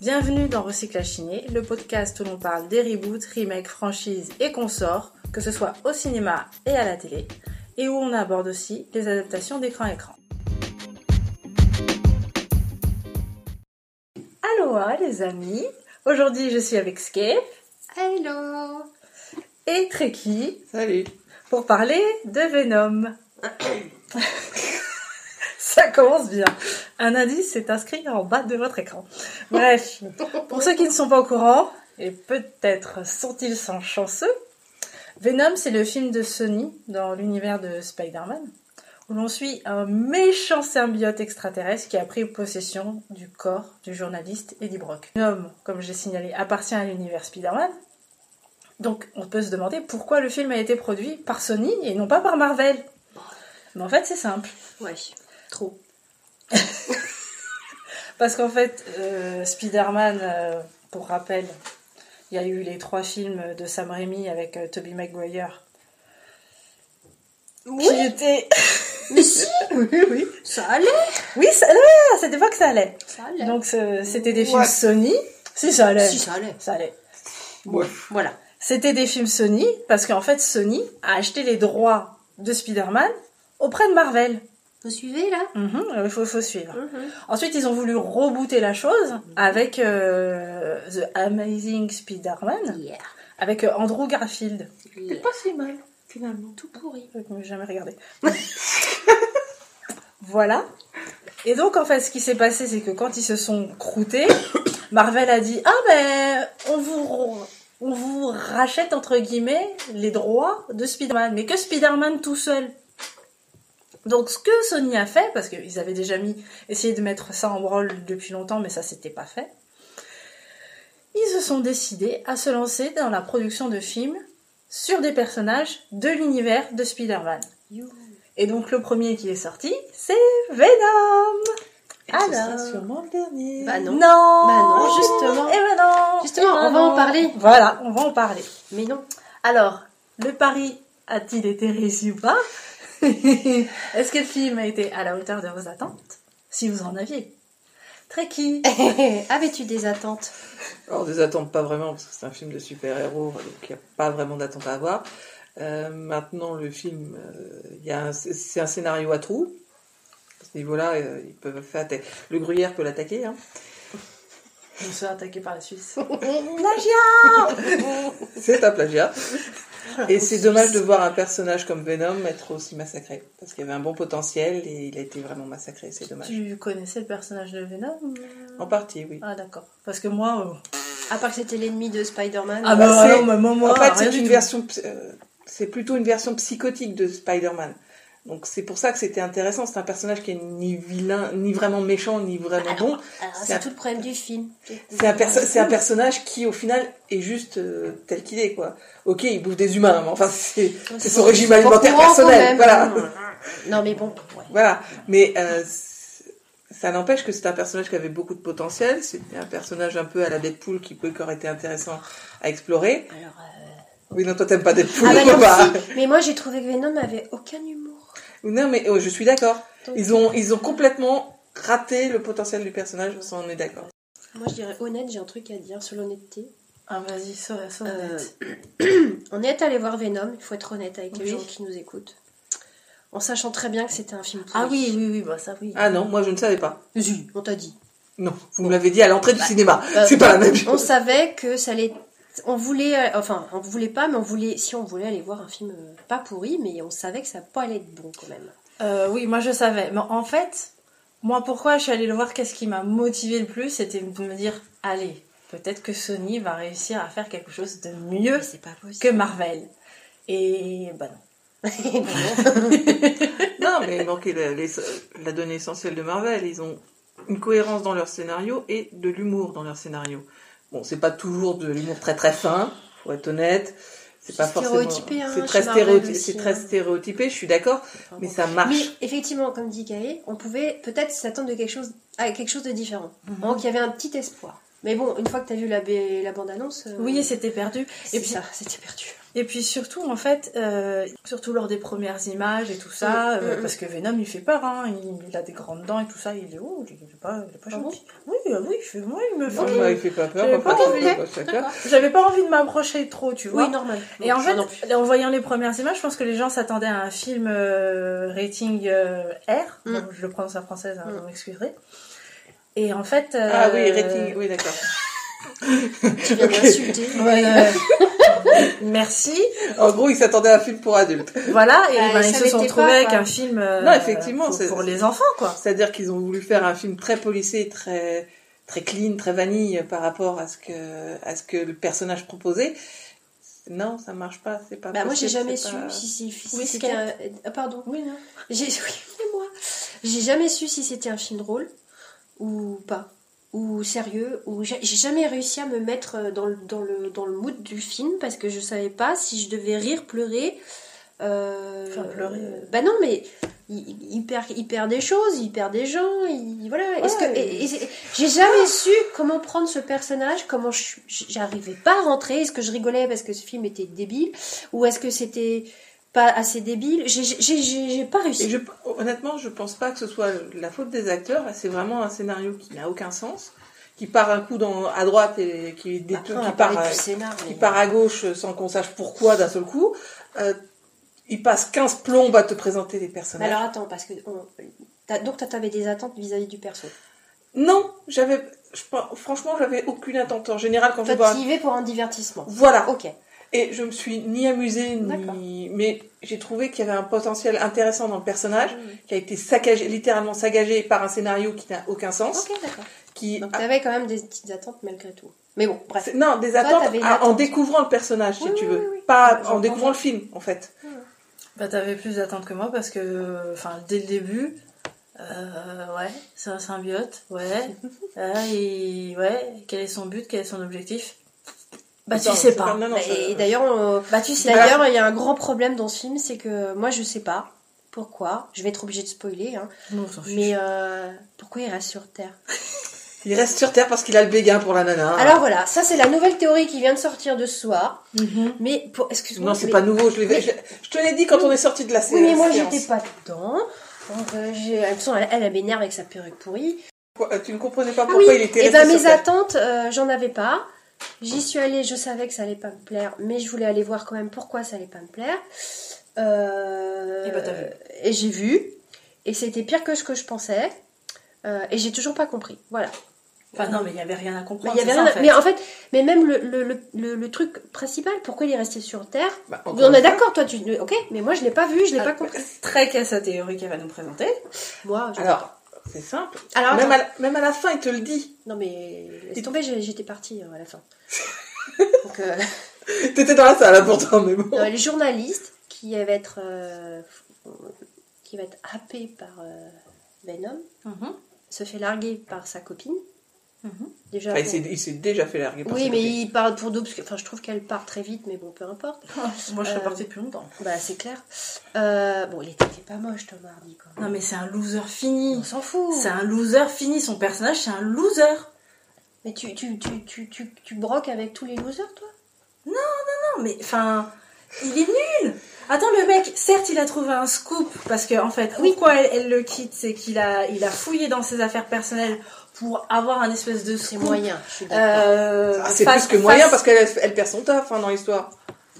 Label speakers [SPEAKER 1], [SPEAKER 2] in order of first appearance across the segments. [SPEAKER 1] Bienvenue dans Recyclage Chiné, le podcast où l'on parle des reboots, remakes, franchises et consorts, que ce soit au cinéma et à la télé, et où on aborde aussi les adaptations d'écran à écran. Aloha les amis, aujourd'hui je suis avec Ske
[SPEAKER 2] Hello
[SPEAKER 1] et Treki
[SPEAKER 3] Salut.
[SPEAKER 1] pour parler de Venom. Ça commence bien. Un indice est inscrit en bas de votre écran. Bref, pour ceux qui ne sont pas au courant, et peut-être sont-ils sans chanceux, Venom, c'est le film de Sony dans l'univers de Spider-Man, où l'on suit un méchant symbiote extraterrestre qui a pris possession du corps du journaliste Eddie Brock. Venom, comme j'ai signalé, appartient à l'univers Spider-Man, donc on peut se demander pourquoi le film a été produit par Sony et non pas par Marvel. Mais en fait c'est simple,
[SPEAKER 2] Ouais, trop.
[SPEAKER 1] parce qu'en fait euh, Spider-Man, euh, pour rappel, il y a eu les trois films de Sam Raimi avec euh, Tobey Maguire qui étaient...
[SPEAKER 2] mais si,
[SPEAKER 1] oui, oui.
[SPEAKER 2] ça allait
[SPEAKER 1] Oui, ça allait, à cette époque ça allait.
[SPEAKER 2] Ça allait
[SPEAKER 1] Donc ce- c'était des films
[SPEAKER 3] Ouais.
[SPEAKER 1] Sony. Si ça allait.
[SPEAKER 2] Si, ça allait.
[SPEAKER 1] Ça allait.
[SPEAKER 3] Ouais.
[SPEAKER 2] Voilà.
[SPEAKER 1] C'était des films Sony parce qu'en fait Sony a acheté les droits de Spider-Man auprès de Marvel.
[SPEAKER 2] Vous suivez, là
[SPEAKER 1] Mhm, Il faut, faut suivre. Ensuite, ils ont voulu rebooter la chose avec euh, The Amazing Spider-Man,
[SPEAKER 2] Hier.
[SPEAKER 1] avec euh, Andrew Garfield.
[SPEAKER 3] C'est pas si mal, finalement.
[SPEAKER 2] Tout pourri.
[SPEAKER 1] Je n'ai jamais regardé. voilà. Et donc, en fait, ce qui s'est passé, c'est que quand ils se sont croûtés, Marvel a dit Ah, ben, on vous, on vous rachète, entre guillemets, les droits de Spider-Man, mais que Spider-Man tout seul. Donc, ce que Sony a fait, parce qu'ils avaient déjà mis, essayé de mettre ça en branle depuis longtemps, mais ça s'était pas fait, ils se sont décidés à se lancer dans la production de films sur des personnages de l'univers de Spider-Man. Et donc le premier qui est sorti, c'est Venom. Alors.
[SPEAKER 3] sûrement le dernier.
[SPEAKER 2] Bah non.
[SPEAKER 1] Non.
[SPEAKER 2] Bah non, justement.
[SPEAKER 1] Et ben non.
[SPEAKER 2] Justement,
[SPEAKER 1] Eh ben
[SPEAKER 2] on va en
[SPEAKER 1] non.
[SPEAKER 2] parler.
[SPEAKER 1] Voilà, on va en parler.
[SPEAKER 2] Mais non.
[SPEAKER 1] Alors, le pari a-t-il été réussi ou pas Est-ce que le film a été à la hauteur de vos attentes Si vous en aviez. Trekkie.
[SPEAKER 2] Eh. Avais-tu des attentes
[SPEAKER 3] Alors, des attentes, pas vraiment, parce que c'est un film de super-héros, donc il n'y a pas vraiment d'attente à avoir. Euh, maintenant, le film, euh, il y a un- c'est c'est un scénario à trous. À ce niveau-là, euh, ils peuvent faire atta- Le gruyère peut l'attaquer. Hein.
[SPEAKER 1] Je me suis attaqué par la Suisse.
[SPEAKER 3] C'est un plagiat. Et c'est dommage de voir un personnage comme Venom être aussi massacré. Parce qu'il y avait un bon potentiel et il a été vraiment massacré. C'est dommage.
[SPEAKER 1] Tu connaissais le personnage de Venom
[SPEAKER 3] En partie, oui.
[SPEAKER 1] Ah d'accord. Parce que moi... euh,
[SPEAKER 2] À part que c'était l'ennemi de Spider-Man.
[SPEAKER 1] Ah bah
[SPEAKER 3] c'est-
[SPEAKER 1] alors, bah, moi, moi,
[SPEAKER 3] en fait,
[SPEAKER 1] rien
[SPEAKER 3] c'est
[SPEAKER 1] du
[SPEAKER 3] une
[SPEAKER 1] tout.
[SPEAKER 3] version, ps- euh, c'est plutôt une version psychotique de Spider-Man. Donc c'est pour ça que c'était intéressant. C'est un personnage qui est ni vilain, ni vraiment méchant, ni vraiment bon.
[SPEAKER 2] Alors,
[SPEAKER 3] c'est
[SPEAKER 2] Ah, c'est
[SPEAKER 3] un-
[SPEAKER 2] tout le problème du film.
[SPEAKER 3] C'est un, perso- c'est un personnage qui, au final, est juste euh, tel qu'il est, quoi. Ok, il bouffe des humains, mais enfin, c'est c'est son régime alimentaire
[SPEAKER 2] Courant, quand
[SPEAKER 3] personnel,
[SPEAKER 2] même.
[SPEAKER 3] voilà.
[SPEAKER 2] Non, mais bon, ouais.
[SPEAKER 3] Voilà, mais euh, c- ça n'empêche que c'est un personnage qui avait beaucoup de potentiel. C'était un personnage un peu à la Deadpool qui peut encore été intéressant à explorer.
[SPEAKER 2] Alors, euh,
[SPEAKER 3] Oui, non, toi t'aimes pas Deadpool,
[SPEAKER 2] Ah bah
[SPEAKER 3] on va-
[SPEAKER 2] non, si. Mais moi, j'ai trouvé que Venom avait aucun humour.
[SPEAKER 3] Non, mais oh, je suis d'accord.
[SPEAKER 2] Donc-
[SPEAKER 3] Ils ont, ils ont complètement raté le potentiel du personnage, ça on est d'accord.
[SPEAKER 2] Moi, je dirais honnête, j'ai un truc à dire sur l'honnêteté.
[SPEAKER 1] Ah vas-y, sois sois
[SPEAKER 2] Euh,
[SPEAKER 1] honnête.
[SPEAKER 2] On est allé voir Venom, il faut être honnête avec les
[SPEAKER 1] Oui.
[SPEAKER 2] gens qui nous écoutent. En sachant très bien que c'était un film pourri.
[SPEAKER 1] Ah oui, oui, oui, bah ça oui.
[SPEAKER 3] Ah non, moi je ne savais pas.
[SPEAKER 2] Si, on t'a dit.
[SPEAKER 3] Non, vous me l'avez dit à l'entrée du
[SPEAKER 2] Bah,
[SPEAKER 3] cinéma.
[SPEAKER 2] bah,
[SPEAKER 3] c'est pas la même
[SPEAKER 2] On
[SPEAKER 3] chose.
[SPEAKER 2] savait que ça allait. On voulait. euh, Enfin, on voulait pas, mais on voulait. Si on voulait aller voir un film euh, pas pourri, mais on savait que ça pas allait être bon quand même.
[SPEAKER 1] Euh, oui, moi je savais. Mais en fait, moi pourquoi je suis allée le voir, qu'est-ce qui m'a motivé le plus, c'était de me dire, allez, peut-être que Sony va réussir à faire quelque chose de mieux
[SPEAKER 2] Mais c'est pas
[SPEAKER 1] que
[SPEAKER 2] possible.
[SPEAKER 1] Marvel. Et bah non.
[SPEAKER 3] Non, mais il manquait la, les- la donnée essentielle de Marvel. Ils ont une cohérence dans leur scénario et de l'humour dans leur scénario. Bon, c'est pas toujours de l'humour très très fin, faut être honnête. C'est
[SPEAKER 2] C'est
[SPEAKER 3] pas forcément.
[SPEAKER 2] stéréotypé, hein,
[SPEAKER 3] c'est très,
[SPEAKER 2] chez Marvel
[SPEAKER 3] stéréoty-
[SPEAKER 2] aussi,
[SPEAKER 3] c'est
[SPEAKER 2] hein.
[SPEAKER 3] très stéréotypé, je suis d'accord, mais ça
[SPEAKER 1] Ah.
[SPEAKER 3] marche.
[SPEAKER 2] Mais effectivement, comme dit Kaé, on pouvait peut-être s'attendre de quelque chose à quelque chose de différent.
[SPEAKER 1] Mhm.
[SPEAKER 2] Donc il y avait un petit espoir. Mais bon, une fois que t'as vu la, ba- la bande-annonce. euh,
[SPEAKER 1] Oui, c'était perdu.
[SPEAKER 2] c'est
[SPEAKER 1] et puis-
[SPEAKER 2] ça, c'était perdu.
[SPEAKER 1] Et puis surtout, en fait, euh, surtout lors des premières images et tout ça,
[SPEAKER 2] Mm,
[SPEAKER 1] euh,
[SPEAKER 2] mm,
[SPEAKER 1] parce que Venom, il fait peur, hein, il, il a des grandes dents et tout ça, il est oh, il est pas, il est pas
[SPEAKER 2] Ah bon Oh
[SPEAKER 1] gentil. oui, euh, oui, il fait, moi, il me fait.
[SPEAKER 3] Non, bah, il fait pas peur,
[SPEAKER 1] J'avais
[SPEAKER 3] pas
[SPEAKER 1] pas
[SPEAKER 3] peur,
[SPEAKER 1] envie.
[SPEAKER 3] pas chacun.
[SPEAKER 2] D'accord.
[SPEAKER 1] J'avais pas envie de m'approcher trop, tu vois.
[SPEAKER 2] Oui, normal.
[SPEAKER 1] Et en
[SPEAKER 2] Non,
[SPEAKER 1] fait,
[SPEAKER 2] non plus.
[SPEAKER 1] en voyant les premières images, je pense que les gens s'attendaient à un film euh, rating euh, R.
[SPEAKER 2] Mm.
[SPEAKER 1] Bon, je le prononce en française, hein,
[SPEAKER 2] Mm.
[SPEAKER 1] vous m'excuserez. Et en fait. euh,
[SPEAKER 3] Ah oui, rating, oui, d'accord.
[SPEAKER 2] tu viens d'insulter.
[SPEAKER 1] ouais, ouais. Merci.
[SPEAKER 3] En gros, il s'attendait à un film pour adultes.
[SPEAKER 1] Voilà, et
[SPEAKER 2] Bah,
[SPEAKER 1] ben,
[SPEAKER 2] ça
[SPEAKER 1] ils se sont
[SPEAKER 2] m'était
[SPEAKER 1] retrouvés
[SPEAKER 2] pas,
[SPEAKER 1] avec
[SPEAKER 2] quoi.
[SPEAKER 1] un film euh,
[SPEAKER 3] Non, effectivement,
[SPEAKER 1] pour,
[SPEAKER 3] c'est-
[SPEAKER 1] pour les enfants, quoi.
[SPEAKER 3] C'est-à-dire qu'ils ont voulu faire un film très policé, très, très clean, très vanille par rapport à ce que, à ce que le personnage proposait. Non, ça marche pas, c'est pas
[SPEAKER 2] Bah, moi, j'ai
[SPEAKER 3] possible,
[SPEAKER 2] jamais
[SPEAKER 3] c'est
[SPEAKER 2] su
[SPEAKER 3] pas-
[SPEAKER 2] si c'est si
[SPEAKER 1] Oui,
[SPEAKER 2] c'était un- ah, Pardon.
[SPEAKER 1] Oui, non.
[SPEAKER 2] J'ai oui, mais moi. J'ai jamais su si c'était un film drôle ou pas ou sérieux ou j'ai j'ai jamais réussi à me mettre euh, dans le, dans le dans le mood du film parce que je savais pas si je devais rire pleurer euh,
[SPEAKER 1] Enfin, pleurer, euh.
[SPEAKER 2] bah non mais il, il perd il perd des choses il perd des gens il, voilà est-ce que
[SPEAKER 3] Ouais.
[SPEAKER 2] et- et c'est- j'ai jamais su comment prendre ce personnage comment je- j'arrivais pas à rentrer est-ce que je rigolais parce que ce film était débile ou est-ce que c'était pas assez débile J'ai- j'ai j'ai- j'ai- j'ai pas réussi
[SPEAKER 3] Et je- honnêtement, je pense pas que ce soit la faute des acteurs. C'est vraiment un scénario qui n'a aucun sens, qui part un coup dans, à droite et qui, des-
[SPEAKER 2] Bah, Après,
[SPEAKER 3] qui
[SPEAKER 2] on va
[SPEAKER 3] part,
[SPEAKER 2] parler
[SPEAKER 3] à-
[SPEAKER 2] du scénar, mais-
[SPEAKER 3] qui part à gauche sans qu'on sache pourquoi d'un seul coup. Euh, il passe 15 plombes à te présenter les
[SPEAKER 2] Mais
[SPEAKER 3] personnages.
[SPEAKER 2] alors attends, parce que. on- t'as- Donc t'as- t'avais des attentes vis-à-vis du perso.
[SPEAKER 3] Non, j'avais, je pense- franchement, j'avais aucune attente. En général, quand je
[SPEAKER 2] Toi
[SPEAKER 3] vois,
[SPEAKER 2] tu y vas pour un divertissement.
[SPEAKER 3] voilà.
[SPEAKER 2] Ok.
[SPEAKER 3] Et je me suis ni amusée
[SPEAKER 2] D'accord.
[SPEAKER 3] ni, mais j'ai trouvé qu'il y avait un potentiel intéressant dans le personnage
[SPEAKER 2] Ok,
[SPEAKER 3] qui a été saccagé, littéralement saccagé par un scénario qui n'a aucun sens,
[SPEAKER 2] d'accord.
[SPEAKER 3] qui
[SPEAKER 2] Donc t'avais quand même des petites attentes malgré tout. Mais bon, bref.
[SPEAKER 3] Ah. C'est- Non, des
[SPEAKER 2] Toi,
[SPEAKER 3] attentes
[SPEAKER 2] t'avais une
[SPEAKER 3] à- en
[SPEAKER 2] attente.
[SPEAKER 3] découvrant le personnage, si
[SPEAKER 2] Oui,
[SPEAKER 3] tu
[SPEAKER 2] oui,
[SPEAKER 3] veux.
[SPEAKER 2] oui, oui.
[SPEAKER 3] Pas
[SPEAKER 2] Je
[SPEAKER 3] en
[SPEAKER 2] comprends.
[SPEAKER 3] découvrant le film, en fait.
[SPEAKER 1] Bah, t'avais plus d'attente que moi parce que, enfin, dès le début, euh, ouais, c'est un symbiote, ouais, euh, et, ouais, quel est son but, quel est son objectif Bah,
[SPEAKER 3] Attends,
[SPEAKER 1] tu sais
[SPEAKER 3] c'est
[SPEAKER 1] pas.
[SPEAKER 3] non, non, ça-
[SPEAKER 2] Et d'ailleurs, on-
[SPEAKER 1] Bah, tu sais pas.
[SPEAKER 2] d'ailleurs, il y a un grand problème dans ce film, c'est que moi je sais pas pourquoi. Je vais être obligée de spoiler, hein,
[SPEAKER 1] Non, on
[SPEAKER 3] Oh,
[SPEAKER 1] s'en fiche.
[SPEAKER 2] mais euh, pourquoi il reste sur Terre
[SPEAKER 3] Il reste sur Terre parce qu'il a le béguin pour la nana.
[SPEAKER 2] Alors voilà, ça c'est la nouvelle théorie qui vient de sortir de ce soir.
[SPEAKER 1] Mhm.
[SPEAKER 2] Mais pour, excuse-moi.
[SPEAKER 3] Non, c'est
[SPEAKER 2] mais-
[SPEAKER 3] pas nouveau. Je, l'ai-
[SPEAKER 2] Mais-
[SPEAKER 3] je, je te l'ai dit quand on est sorti de la sé-
[SPEAKER 2] Oui, mais moi
[SPEAKER 3] séance.
[SPEAKER 2] j'étais pas dedans. Donc, euh, j'ai l'impression elle, elle, elle m'énerve avec sa perruque pourrie.
[SPEAKER 3] Quoi, euh, Tu ne comprenais pas
[SPEAKER 2] Ah
[SPEAKER 3] Ah pourquoi
[SPEAKER 2] oui,
[SPEAKER 3] il était
[SPEAKER 2] et
[SPEAKER 3] resté
[SPEAKER 2] ben
[SPEAKER 3] sur
[SPEAKER 2] mes
[SPEAKER 3] Terre.
[SPEAKER 2] attentes, euh, j'en avais pas. J'y suis allée, je savais que ça allait pas me plaire, mais je voulais aller voir quand même pourquoi ça allait pas me plaire. Euh,
[SPEAKER 3] Eh
[SPEAKER 1] Et
[SPEAKER 3] ben,
[SPEAKER 1] bah, t'as vu.
[SPEAKER 2] et j'ai vu, et c'était pire que ce que je pensais, Euh, et j'ai toujours pas compris. Voilà.
[SPEAKER 1] Enfin, non, mais il y avait rien à
[SPEAKER 2] Mais,
[SPEAKER 1] comprendre.
[SPEAKER 2] il y avait
[SPEAKER 1] c'est ça,
[SPEAKER 2] rien à-
[SPEAKER 1] en fait.
[SPEAKER 2] mais en fait, mais même le, le- le- le- le truc principal, pourquoi il est resté sur Terre
[SPEAKER 3] Bah, encore
[SPEAKER 2] On
[SPEAKER 3] une
[SPEAKER 2] est
[SPEAKER 3] fois.
[SPEAKER 2] d'accord, toi tu, ok, mais moi je l'ai pas vu, je l'ai
[SPEAKER 1] Ah,
[SPEAKER 2] pas compris.
[SPEAKER 1] Très qu'à sa théorie qu'elle va nous présenter.
[SPEAKER 2] Moi, je-
[SPEAKER 3] Alors, c'est simple.
[SPEAKER 2] alors
[SPEAKER 3] Même à, la, même à la fin, il te le dit.
[SPEAKER 2] Non mais laisse
[SPEAKER 3] Et-
[SPEAKER 2] tomber, j'ai- j'étais partie euh, à la fin. Donc, euh,
[SPEAKER 3] T'étais dans la salle, hein, pourtant, mais bon.
[SPEAKER 2] euh, les journalistes qui va être euh, qui va être happé par euh, Venom se fait larguer par sa copine.
[SPEAKER 1] Mhm.
[SPEAKER 2] Déjà.
[SPEAKER 3] Enfin, il
[SPEAKER 2] bon.
[SPEAKER 3] s'est- il s'est déjà fait larguer par
[SPEAKER 2] Oui,
[SPEAKER 3] ses
[SPEAKER 2] mais
[SPEAKER 3] copines.
[SPEAKER 2] il part pour d'autres. parce que- Enfin, je trouve qu'elle part très vite, mais bon, peu importe.
[SPEAKER 1] Moi, je serais
[SPEAKER 2] Euh,
[SPEAKER 1] partie depuis longtemps.
[SPEAKER 2] Bah, c'est clair. Euh, bon, il était, il était pas moche, Tom Hardy. Quoi.
[SPEAKER 1] Non, mais c'est un loser
[SPEAKER 2] On
[SPEAKER 1] fini.
[SPEAKER 2] s'en fout.
[SPEAKER 1] C'est un loser fini. Son personnage, c'est un loser.
[SPEAKER 2] Mais tu, tu, tu, tu, tu, tu broques avec tous les losers, toi
[SPEAKER 1] Non, mais enfin, il est nul. Attends, le mec, certes, il a trouvé un scoop parce que en fait, pourquoi elle, elle le quitte, c'est qu'il a, il a fouillé dans ses affaires personnelles pour avoir un espèce de
[SPEAKER 2] C'est
[SPEAKER 1] scoop.
[SPEAKER 2] moyen. Je suis d'accord.
[SPEAKER 1] Euh,
[SPEAKER 3] Ah, c'est
[SPEAKER 1] face-
[SPEAKER 3] plus que moyen
[SPEAKER 1] face-
[SPEAKER 3] parce qu'elle elle perd son taf hein, dans l'histoire.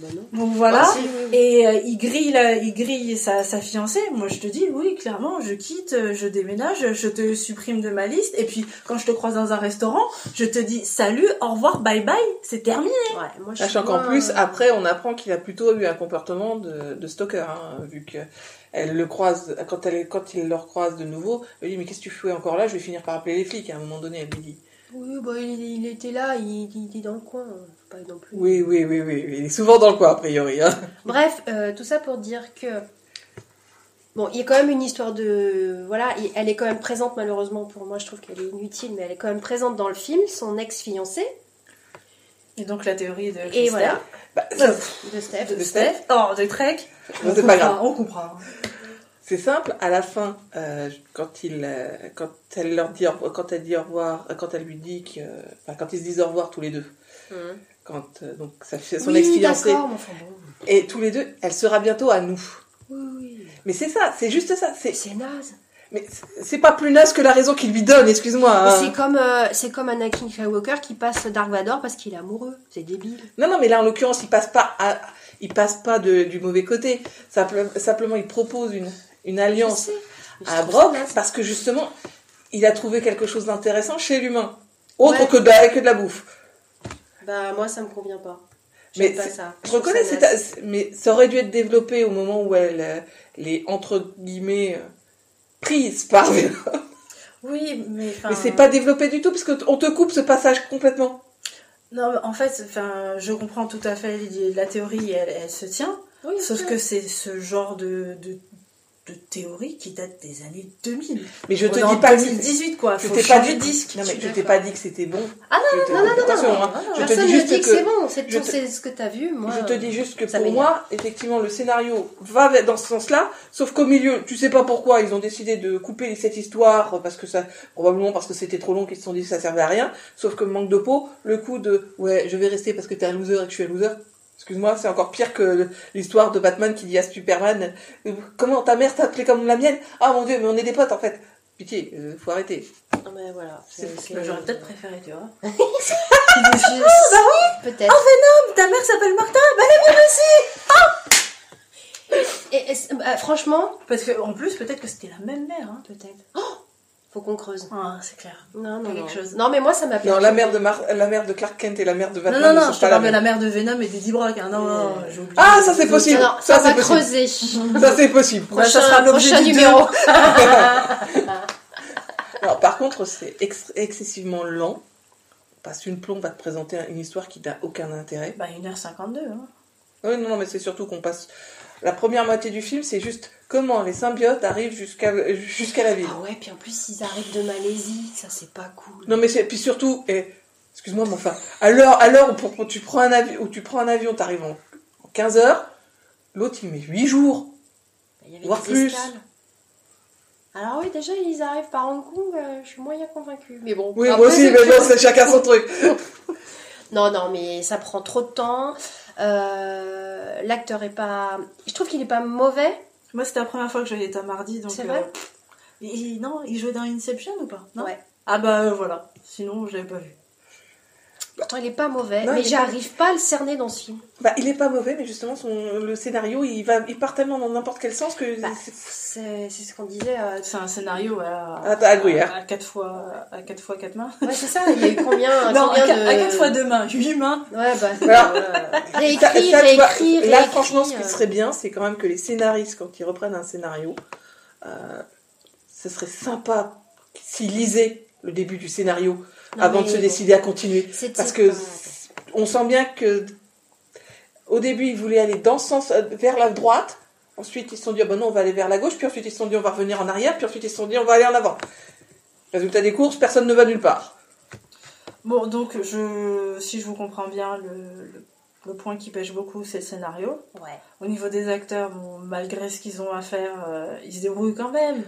[SPEAKER 2] Bah, non.
[SPEAKER 1] Donc Euh, voilà.
[SPEAKER 2] Ah, si, oui, oui.
[SPEAKER 1] Et euh, il grille, la- il grille sa, sa fiancée. Moi, je te dis, oui, clairement, je quitte, euh, je déménage, je te supprime de ma liste. Et puis, quand je te croise dans un restaurant, je te dis salut, au revoir, bye bye, c'est terminé.
[SPEAKER 2] Ouais, moi, je suis
[SPEAKER 3] Sachant qu'en
[SPEAKER 2] moins,
[SPEAKER 3] plus,
[SPEAKER 2] euh,
[SPEAKER 3] après, on apprend qu'il a plutôt eu un comportement de, de stalker, hein, vu que elle le croise, quand, elle, quand il le recroise de nouveau, elle lui dit Mais qu'est-ce que tu fais encore là Je vais finir par appeler les flics à un moment donné, elle lui dit.
[SPEAKER 2] Oui, bah, il, il était là, il, il était dans le coin, hein. faut pas non plus.
[SPEAKER 3] Oui, oui, oui, oui, oui, il est souvent dans le coin, a priori. hein.
[SPEAKER 2] Bref, euh, tout ça pour dire que. Bon, il y a quand même une histoire de. Voilà, il- elle est quand même présente, malheureusement pour moi, je trouve qu'elle est inutile, mais elle est quand même présente dans le film, son ex-fiancé,
[SPEAKER 1] Et donc, la théorie de
[SPEAKER 2] et
[SPEAKER 1] Christelle,
[SPEAKER 2] voilà,
[SPEAKER 3] Bah,
[SPEAKER 1] euh,
[SPEAKER 2] de Steph.
[SPEAKER 1] de Steph, oh, de Trek,
[SPEAKER 3] c'est pas grave.
[SPEAKER 1] on comprend.
[SPEAKER 3] C'est- C'est simple, à la fin, euh, quand, il, euh, quand, elle leur dit, au revoir- quand elle dit au revoir, euh, quand elle lui dit que. Enfin, quand ils se disent au revoir tous les deux.
[SPEAKER 2] Mmh.
[SPEAKER 3] Quand, euh, donc, ça fait son
[SPEAKER 2] oui,
[SPEAKER 3] ex-fiancé.
[SPEAKER 2] d'accord, mais enfin bon.
[SPEAKER 3] Et tous les deux, elle sera bientôt à nous.
[SPEAKER 2] Oui, oui.
[SPEAKER 3] Mais c'est ça, c'est juste ça. C'est,
[SPEAKER 2] C'est naze.
[SPEAKER 3] mais c'est- c'est pas plus naze que la raison qu'il lui donne, excuse-moi. hein.
[SPEAKER 2] C'est comme, euh, c'est comme Anakin Skywalker qui passe Dark Vador parce qu'il est amoureux. C'est débile.
[SPEAKER 3] Non, non, mais là, en l'occurrence, il passe pas, à- il passe pas de- du mauvais côté. Simple- simplement, il propose une, une alliance
[SPEAKER 2] Mais je
[SPEAKER 3] à
[SPEAKER 2] trouve ça
[SPEAKER 3] Ah, Brock
[SPEAKER 2] naze.
[SPEAKER 3] parce que justement, il a trouvé quelque chose d'intéressant chez l'humain. Autre
[SPEAKER 2] Ouais.
[SPEAKER 3] que, de la, que de la bouffe.
[SPEAKER 2] Bah, moi, ça me convient pas.
[SPEAKER 3] Mais
[SPEAKER 2] J'aime pas
[SPEAKER 3] c'est-
[SPEAKER 2] ça.
[SPEAKER 3] Je reconnais,
[SPEAKER 2] trouve
[SPEAKER 3] c'est
[SPEAKER 2] ça naze.
[SPEAKER 3] ta- mais ça aurait dû être développé au moment où elle euh, les entre guillemets euh, prise par. mais
[SPEAKER 1] Oui, mais. enfin,
[SPEAKER 3] c'est pas développé du tout parce que t- on te coupe ce passage complètement.
[SPEAKER 1] Non, mais en fait, enfin, je comprends tout à fait l'idée- la théorie, elle, elle se tient.
[SPEAKER 2] Oui,
[SPEAKER 1] Sauf
[SPEAKER 2] oui.
[SPEAKER 1] que c'est ce genre de, de, de théorie qui date des années 2000.
[SPEAKER 3] Mais je
[SPEAKER 1] On
[SPEAKER 3] te
[SPEAKER 1] est en
[SPEAKER 3] dis pas que c'était-
[SPEAKER 1] 2018 quoi.
[SPEAKER 3] je
[SPEAKER 1] Faut
[SPEAKER 3] t'ai pas
[SPEAKER 1] changer
[SPEAKER 3] dit-
[SPEAKER 1] de disque.
[SPEAKER 3] Non mais je
[SPEAKER 2] suis
[SPEAKER 3] t'ai pas dit que c'était bon.
[SPEAKER 2] Ah
[SPEAKER 3] Je te-
[SPEAKER 2] non, non, non, non,
[SPEAKER 3] attention,
[SPEAKER 1] non,
[SPEAKER 3] hein.
[SPEAKER 1] non, non,
[SPEAKER 3] Je te
[SPEAKER 2] Personne
[SPEAKER 3] dis
[SPEAKER 2] ne
[SPEAKER 3] juste
[SPEAKER 2] dit que,
[SPEAKER 3] que-
[SPEAKER 2] c'est bon. C'est
[SPEAKER 3] je te-
[SPEAKER 2] c'est ce que t'as vu. Moi,
[SPEAKER 3] je te dis juste que
[SPEAKER 2] ça
[SPEAKER 3] pour
[SPEAKER 2] m'énerve.
[SPEAKER 3] moi, effectivement, le scénario va dans ce sens-là, sauf qu'au milieu, tu sais pas pourquoi, ils ont décidé de couper cette histoire, euh, parce que ça, probablement parce que c'était trop long qu'ils se sont dit que ça servait à rien, sauf que manque de peau, le coup de, ouais, je vais rester parce que t'es un loser et que je suis un loser. Excuse-moi, c'est encore pire que l'histoire de Batman qui dit à Superman, euh, comment ta mère t'a appelé comme la mienne? Ah mon dieu, mais on est des potes en fait. Pitié, euh, faut arrêter.
[SPEAKER 2] Ah, mais voilà.
[SPEAKER 3] C'est-
[SPEAKER 1] J'aurais peut-être préféré, tu vois.
[SPEAKER 3] Ah, bah
[SPEAKER 2] Peut-être.
[SPEAKER 1] Ta mère s'appelle Martin
[SPEAKER 3] Oh.
[SPEAKER 2] Et- et c'est- bah, franchement,
[SPEAKER 1] Parce que, en plus, peut-être que c'était la même mère. Hein.
[SPEAKER 2] peut-être. Oh, Faut qu'on creuse.
[SPEAKER 1] Ah, c'est clair.
[SPEAKER 2] Non, non,
[SPEAKER 1] Quelque
[SPEAKER 2] non.
[SPEAKER 1] chose.
[SPEAKER 2] Non, mais moi, ça m'a perdu.
[SPEAKER 3] Non, la mère de Mar- la mère de Clark Kent et la mère de Batman.
[SPEAKER 1] non,
[SPEAKER 3] ne
[SPEAKER 1] non,
[SPEAKER 3] sont
[SPEAKER 1] non, je te
[SPEAKER 3] pas la
[SPEAKER 1] parle de
[SPEAKER 3] même.
[SPEAKER 1] la mère de Venom et d'Eddie Brock. hein. Non, non, non, j'ai oublié.
[SPEAKER 3] Ah, ça, c'est possible.
[SPEAKER 2] Non,
[SPEAKER 3] Ça, c'est
[SPEAKER 2] ça, va
[SPEAKER 3] possible. Bah,
[SPEAKER 2] creuser.
[SPEAKER 3] Ça, c'est possible.
[SPEAKER 1] Ouais, ça sera l'objet
[SPEAKER 2] prochain
[SPEAKER 1] du deux.
[SPEAKER 2] numéro.
[SPEAKER 3] Alors, par contre, c'est ex- excessivement lent. Parce qu'une plombe va te présenter une histoire qui n'a aucun intérêt.
[SPEAKER 1] Bah, 1h52. Hein.
[SPEAKER 3] Oui, non, non, mais c'est surtout qu'on passe. La première moitié du film, c'est juste comment les symbiotes arrivent jusqu'à jusqu'à la ville.
[SPEAKER 2] Ah ouais, puis en plus, ils arrivent de Malaisie. Ça, c'est pas cool.
[SPEAKER 3] Non, mais c'est. Puis surtout, eh, excuse-moi, mais enfin, à l'heure à l'heure où pour- pour- tu prends un avion, où tu prends un avion, t'arrives en en 15 heures, l'autre il met 8 jours.
[SPEAKER 2] Il y avait
[SPEAKER 3] Voire
[SPEAKER 2] des
[SPEAKER 3] plus.
[SPEAKER 2] escales. Alors oui, déjà, ils arrivent par Hong Kong. euh, je suis moyen convaincue. Mais bon.
[SPEAKER 3] Oui,
[SPEAKER 2] un
[SPEAKER 3] moi
[SPEAKER 2] peu
[SPEAKER 3] aussi,
[SPEAKER 2] de
[SPEAKER 3] mais non,
[SPEAKER 2] curiosité.
[SPEAKER 3] c'est chacun son truc.
[SPEAKER 2] Non, non, mais ça prend trop de temps. Euh, L'acteur est pas. Je trouve qu'il est pas mauvais.
[SPEAKER 1] Moi, c'était la première fois que j'allais à mardi. donc, euh,
[SPEAKER 2] C'est vrai
[SPEAKER 1] il- il- Non, il jouait dans Inception ou pas non
[SPEAKER 2] Ouais.
[SPEAKER 1] Ah, bah euh, voilà. Sinon, je l'avais pas vu.
[SPEAKER 2] Pourtant, il est pas mauvais.
[SPEAKER 3] Non,
[SPEAKER 2] mais
[SPEAKER 3] il est pas-
[SPEAKER 2] j'arrive pas à le cerner dans ce film.
[SPEAKER 3] Bah, il est pas mauvais, mais justement, son, le scénario, il, va, il part tellement dans n'importe quel sens que.
[SPEAKER 2] Bah,
[SPEAKER 3] c'est-
[SPEAKER 2] C'est c'est ce qu'on disait. euh,
[SPEAKER 1] Ah, C'est un scénario à,
[SPEAKER 3] Ah, t'as agouillé, hein.
[SPEAKER 1] à, 4 fois, à 4 fois 4 mains.
[SPEAKER 2] Ouais, c'est ça. Il y a eu combien,
[SPEAKER 1] Non, à,
[SPEAKER 2] combien
[SPEAKER 1] 4,
[SPEAKER 2] Ah, de...
[SPEAKER 1] fois 2 mains. 8 mains.
[SPEAKER 2] Ouais, bah.
[SPEAKER 3] Alors,
[SPEAKER 2] euh, Réécrit,
[SPEAKER 3] Ça, ça, tu vois,
[SPEAKER 2] réécrit, réécrit.
[SPEAKER 3] Là, franchement, ce qui
[SPEAKER 2] euh,
[SPEAKER 3] serait bien, c'est quand même que les scénaristes, quand ils reprennent un scénario, euh, ce serait sympa s'ils lisaient le début du scénario
[SPEAKER 2] non,
[SPEAKER 3] avant de
[SPEAKER 2] mais
[SPEAKER 3] se
[SPEAKER 2] bon, hein.
[SPEAKER 3] décider à continuer.
[SPEAKER 2] c'était
[SPEAKER 3] Parce que
[SPEAKER 2] pas-
[SPEAKER 3] on sent bien que au début, ils voulaient aller dans ce sens, euh, vers la droite. Ensuite, ils se sont dit, ah ben non, on va aller vers la gauche. Puis ensuite, ils se sont dit, on va revenir en arrière. Puis ensuite, ils se sont dit, on va aller en avant. Résultat des courses, personne ne va nulle part.
[SPEAKER 1] Bon, donc, je, si je vous comprends bien, le, le, le point qui pêche beaucoup, c'est le scénario.
[SPEAKER 2] Ouais.
[SPEAKER 1] Au niveau des acteurs, bon, malgré ce qu'ils ont à faire, euh, ils se débrouillent quand même.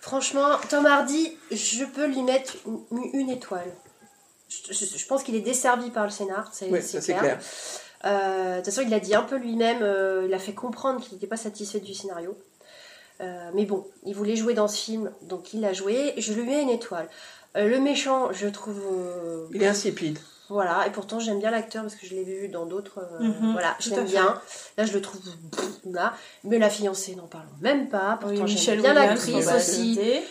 [SPEAKER 2] Franchement, Tom Hardy, je peux lui mettre une, une étoile. Je, je- je pense qu'il est desservi par le scénar, c'est
[SPEAKER 3] Oui, ça
[SPEAKER 2] c'est
[SPEAKER 3] c'est clair.
[SPEAKER 2] clair. Euh, de toute façon, il l'a dit un peu lui-même, euh, il a fait comprendre qu'il n'était pas satisfait du scénario. Euh, mais bon, il voulait jouer dans ce film, donc il l'a joué. Je lui mets une étoile. Euh, le méchant, je trouve. euh,
[SPEAKER 3] Il est insipide.
[SPEAKER 2] Voilà, et pourtant j'aime bien l'acteur parce que je l'ai vu dans d'autres. euh,
[SPEAKER 1] Mhm,
[SPEAKER 2] voilà,
[SPEAKER 1] tout
[SPEAKER 2] je
[SPEAKER 1] à
[SPEAKER 2] l'aime
[SPEAKER 1] fait.
[SPEAKER 2] bien. Là, je le trouve. pff, Là. Mais la fiancée, n'en parlons même
[SPEAKER 1] Oui,
[SPEAKER 2] pas. Pourtant, Ah, j'aime
[SPEAKER 1] Michelle
[SPEAKER 2] bien
[SPEAKER 1] Williams,
[SPEAKER 2] l'actrice
[SPEAKER 1] on va
[SPEAKER 2] aussi.
[SPEAKER 1] citer.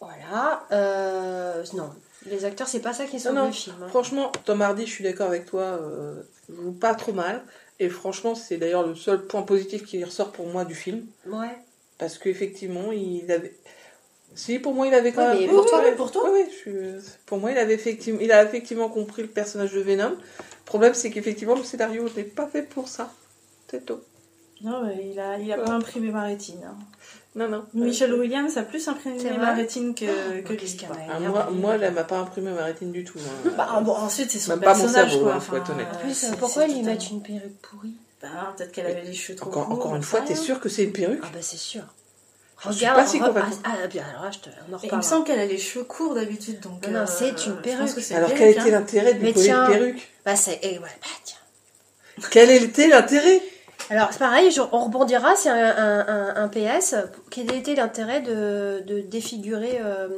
[SPEAKER 2] Voilà. Euh, non, les acteurs, c'est pas ça qui sauve
[SPEAKER 3] Non, non.
[SPEAKER 2] le film. hein.
[SPEAKER 3] Franchement, Tom Hardy, je suis d'accord avec toi, euh, joue pas trop mal. Et franchement, c'est d'ailleurs le seul point positif qui ressort pour moi du film.
[SPEAKER 2] Ouais.
[SPEAKER 3] Parce qu'effectivement, il avait. Si, pour moi, il avait quand
[SPEAKER 2] Ouais,
[SPEAKER 3] même.
[SPEAKER 2] mais pour toi,
[SPEAKER 3] ouais,
[SPEAKER 1] pour toi.
[SPEAKER 3] ouais, ouais, je suis- Pour moi, il, avait effectivement... il a effectivement compris le personnage de Venom. Le problème, c'est qu'effectivement, le scénario n'est pas fait pour ça. C'est tout.
[SPEAKER 1] Non, mais il a, il a pas imprimé ma rétine. hein.
[SPEAKER 3] Non, Euh, non.
[SPEAKER 1] Michelle Williams a plus
[SPEAKER 2] C'est
[SPEAKER 1] imprimé
[SPEAKER 2] vrai
[SPEAKER 1] ma rétine que, que
[SPEAKER 2] Oh,
[SPEAKER 1] lui,
[SPEAKER 2] qu'est-ce qu'il y en
[SPEAKER 1] quoi.
[SPEAKER 2] a
[SPEAKER 3] Ah, moi, moi, elle m'a pas imprimé ma rétine du tout. hein.
[SPEAKER 1] Bah, bon, ensuite, c'est son
[SPEAKER 3] Même pas mon
[SPEAKER 1] personnage,
[SPEAKER 3] cerveau,
[SPEAKER 1] quoi.
[SPEAKER 3] hein, faut être honnête.
[SPEAKER 2] En
[SPEAKER 1] euh,
[SPEAKER 2] plus,
[SPEAKER 1] c'est-
[SPEAKER 2] pourquoi
[SPEAKER 1] c'est
[SPEAKER 2] ils lui
[SPEAKER 1] totalement-
[SPEAKER 2] mettent une perruque pourrie
[SPEAKER 1] Bah, peut-être qu'elle avait les cheveux trop
[SPEAKER 3] Encore,
[SPEAKER 1] courts,
[SPEAKER 3] encore
[SPEAKER 1] j'en
[SPEAKER 3] une
[SPEAKER 2] hein.
[SPEAKER 1] sais
[SPEAKER 3] fois,
[SPEAKER 1] rien.
[SPEAKER 3] t'es sûr que c'est une perruque
[SPEAKER 2] Ah bah Ah c'est sûr.
[SPEAKER 3] Je suis pas si
[SPEAKER 2] re-
[SPEAKER 3] complètement.
[SPEAKER 2] ah, ah, bien, alors là, je te, on en
[SPEAKER 1] Et il me
[SPEAKER 2] reparle.
[SPEAKER 1] semble qu'elle a les cheveux courts d'habitude, donc. euh,
[SPEAKER 2] Non, non, c'est une
[SPEAKER 1] je pense
[SPEAKER 2] perruque.
[SPEAKER 1] que c'est
[SPEAKER 3] Alors
[SPEAKER 1] bien,
[SPEAKER 3] quel
[SPEAKER 1] hein.
[SPEAKER 3] était l'intérêt de lui
[SPEAKER 2] Mais
[SPEAKER 3] coller
[SPEAKER 2] tiens.
[SPEAKER 3] une perruque
[SPEAKER 2] Bah, c'est, et voilà, bah, tiens.
[SPEAKER 3] Quel était l'intérêt
[SPEAKER 2] Alors, c'est pareil, je- on rebondira, c'est un, un- un- un PS. Quel était l'intérêt de, de défigurer, euh,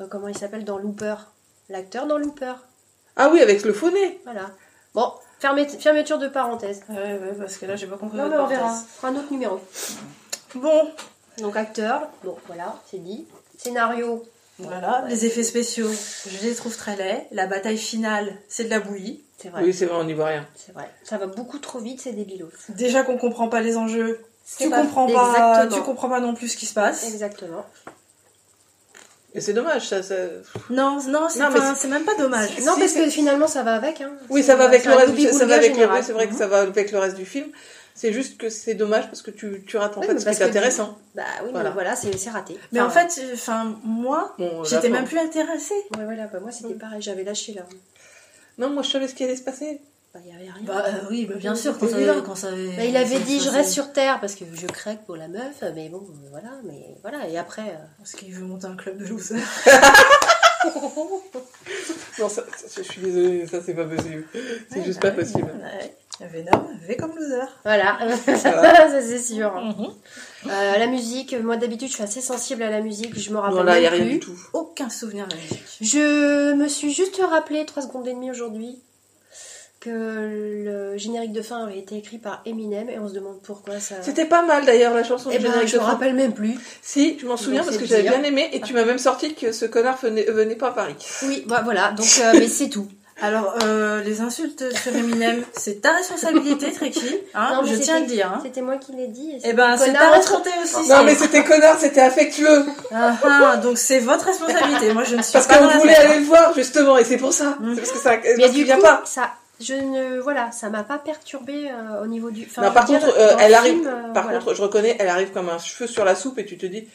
[SPEAKER 2] euh, comment il s'appelle, dans Looper L'acteur dans Looper,
[SPEAKER 3] Ah oui, avec le faux nez.
[SPEAKER 2] voilà. Bon, fermet- fermeture de parenthèse.
[SPEAKER 1] Ouais, ouais, parce que là, j'ai pas compris.
[SPEAKER 2] Non, mais
[SPEAKER 1] votre
[SPEAKER 2] on verra,
[SPEAKER 1] parenthèse.
[SPEAKER 2] fera un autre numéro.
[SPEAKER 1] Bon,
[SPEAKER 2] Donc, acteur, bon, voilà, c'est dit. Scénario,
[SPEAKER 1] voilà. Les effets spéciaux, je les trouve très laids. La bataille finale, c'est de la bouillie.
[SPEAKER 2] c'est vrai,
[SPEAKER 3] Oui, c'est vrai, on n'y voit rien.
[SPEAKER 2] c'est vrai. Ça va beaucoup trop vite, c'est débilos.
[SPEAKER 1] Déjà qu'on comprend pas les enjeux,
[SPEAKER 2] C'est
[SPEAKER 1] tu
[SPEAKER 2] pas-
[SPEAKER 1] comprends pas,
[SPEAKER 2] Exactement.
[SPEAKER 1] tu comprends pas non plus ce qui se passe.
[SPEAKER 2] Exactement.
[SPEAKER 3] Et c'est dommage, ça. ça-
[SPEAKER 1] Non, non, c'est
[SPEAKER 3] Non, mais
[SPEAKER 1] pas- c'est même pas dommage.
[SPEAKER 2] Non,
[SPEAKER 3] Si,
[SPEAKER 2] parce
[SPEAKER 3] c'est-
[SPEAKER 2] que finalement, ça va avec. Hein.
[SPEAKER 3] Oui,
[SPEAKER 2] C'est-
[SPEAKER 3] ça va avec
[SPEAKER 2] c'est
[SPEAKER 3] le
[SPEAKER 2] un
[SPEAKER 3] reste. du- Ça va
[SPEAKER 2] boulga
[SPEAKER 3] avec le.
[SPEAKER 2] général. Mmh.
[SPEAKER 3] oui, c'est vrai que ça va avec le reste du film. C'est juste que c'est dommage parce que tu, tu rates en
[SPEAKER 2] Oui,
[SPEAKER 3] fait
[SPEAKER 2] mais
[SPEAKER 3] ce qui
[SPEAKER 2] parce
[SPEAKER 3] est
[SPEAKER 2] que tu-
[SPEAKER 3] intéressant.
[SPEAKER 2] Bah oui,
[SPEAKER 3] Voilà.
[SPEAKER 2] mais voilà, c'est c'est raté.
[SPEAKER 1] Mais en
[SPEAKER 2] Enfin,
[SPEAKER 1] fait, euh, enfin, moi,
[SPEAKER 3] Bon,
[SPEAKER 1] j'étais
[SPEAKER 3] d'accord.
[SPEAKER 1] même plus intéressée.
[SPEAKER 2] Ouais, voilà, bah moi c'était pareil, j'avais lâché là.
[SPEAKER 3] Non, moi je savais ce qui allait se passer.
[SPEAKER 2] Bah, y avait rien.
[SPEAKER 1] Bah euh, oui, mais bien sûr, quand
[SPEAKER 3] Oui,
[SPEAKER 1] ça,
[SPEAKER 3] là.
[SPEAKER 1] quand ça avait-
[SPEAKER 2] Bah, il avait
[SPEAKER 1] ça-
[SPEAKER 2] dit
[SPEAKER 1] ça-
[SPEAKER 2] je
[SPEAKER 1] ça-
[SPEAKER 2] reste sur terre parce que je craque pour la meuf, mais bon, euh, voilà, mais voilà, et après. euh,
[SPEAKER 1] Parce qu'il veut monter un club de losers.
[SPEAKER 3] Non, ça- ça- je suis désolée, ça c'est pas possible. C'est
[SPEAKER 1] Ouais,
[SPEAKER 3] juste
[SPEAKER 1] bah
[SPEAKER 3] pas
[SPEAKER 1] oui.
[SPEAKER 3] possible.
[SPEAKER 1] Ouais. Venom, V comme loser.
[SPEAKER 2] Voilà,
[SPEAKER 3] va.
[SPEAKER 2] ça c'est sûr.
[SPEAKER 1] Mhm.
[SPEAKER 2] Euh, la musique, moi d'habitude je suis assez sensible à la musique, je me rappelle
[SPEAKER 3] Non, là, il n'y a
[SPEAKER 2] même
[SPEAKER 3] rien
[SPEAKER 2] plus.
[SPEAKER 3] du tout.
[SPEAKER 1] Aucun souvenir de la musique.
[SPEAKER 2] Je me suis juste rappelé trois secondes et demie aujourd'hui que le générique de fin avait été écrit par Eminem et on se demande pourquoi ça.
[SPEAKER 3] C'était pas mal d'ailleurs la chanson
[SPEAKER 2] Eh
[SPEAKER 3] du
[SPEAKER 2] ben,
[SPEAKER 3] générique
[SPEAKER 2] je
[SPEAKER 3] de
[SPEAKER 2] me
[SPEAKER 3] fin.
[SPEAKER 2] rappelle même plus.
[SPEAKER 3] Si, je m'en souviens
[SPEAKER 2] Donc,
[SPEAKER 3] parce que
[SPEAKER 2] c'est
[SPEAKER 3] j'avais
[SPEAKER 2] dire.
[SPEAKER 3] bien aimé et tu m'as même sorti que ce connard venait, venait pas à Paris.
[SPEAKER 2] Oui, bah, voilà, donc euh, mais c'est tout.
[SPEAKER 1] Alors, euh, les insultes sur Eminem, c'est ta responsabilité, Trekkie. Hein,
[SPEAKER 2] Non, mais
[SPEAKER 1] je
[SPEAKER 2] c'était-
[SPEAKER 1] tiens à le dire. Hein.
[SPEAKER 2] C'était moi qui l'ai dit. et
[SPEAKER 1] Eh ben, c'est ta
[SPEAKER 2] Connard,
[SPEAKER 1] responsabilité aussi.
[SPEAKER 3] Non
[SPEAKER 1] c'est-
[SPEAKER 3] mais c'était connard, c'était affectueux
[SPEAKER 1] Ah, ah, donc c'est votre responsabilité. Moi, je ne suis
[SPEAKER 3] parce
[SPEAKER 1] pas dans
[SPEAKER 3] qu'on
[SPEAKER 1] la
[SPEAKER 3] voulait
[SPEAKER 1] fête.
[SPEAKER 3] aller le voir justement et c'est pour ça.
[SPEAKER 1] Mm.
[SPEAKER 3] C'est parce que ça, je
[SPEAKER 2] Mais
[SPEAKER 3] m'en
[SPEAKER 2] du
[SPEAKER 3] souviens
[SPEAKER 2] coup,
[SPEAKER 3] pas.
[SPEAKER 2] ça, je ne, voilà, ça m'a pas perturbé au niveau du. enfin,
[SPEAKER 3] Non,
[SPEAKER 2] je
[SPEAKER 3] par
[SPEAKER 2] veux dire,
[SPEAKER 3] contre, euh,
[SPEAKER 2] dans le
[SPEAKER 3] elle arrive-
[SPEAKER 2] film, euh,
[SPEAKER 3] Par
[SPEAKER 2] voilà.
[SPEAKER 3] contre, je reconnais, elle arrive comme un cheveu sur la soupe et tu te dis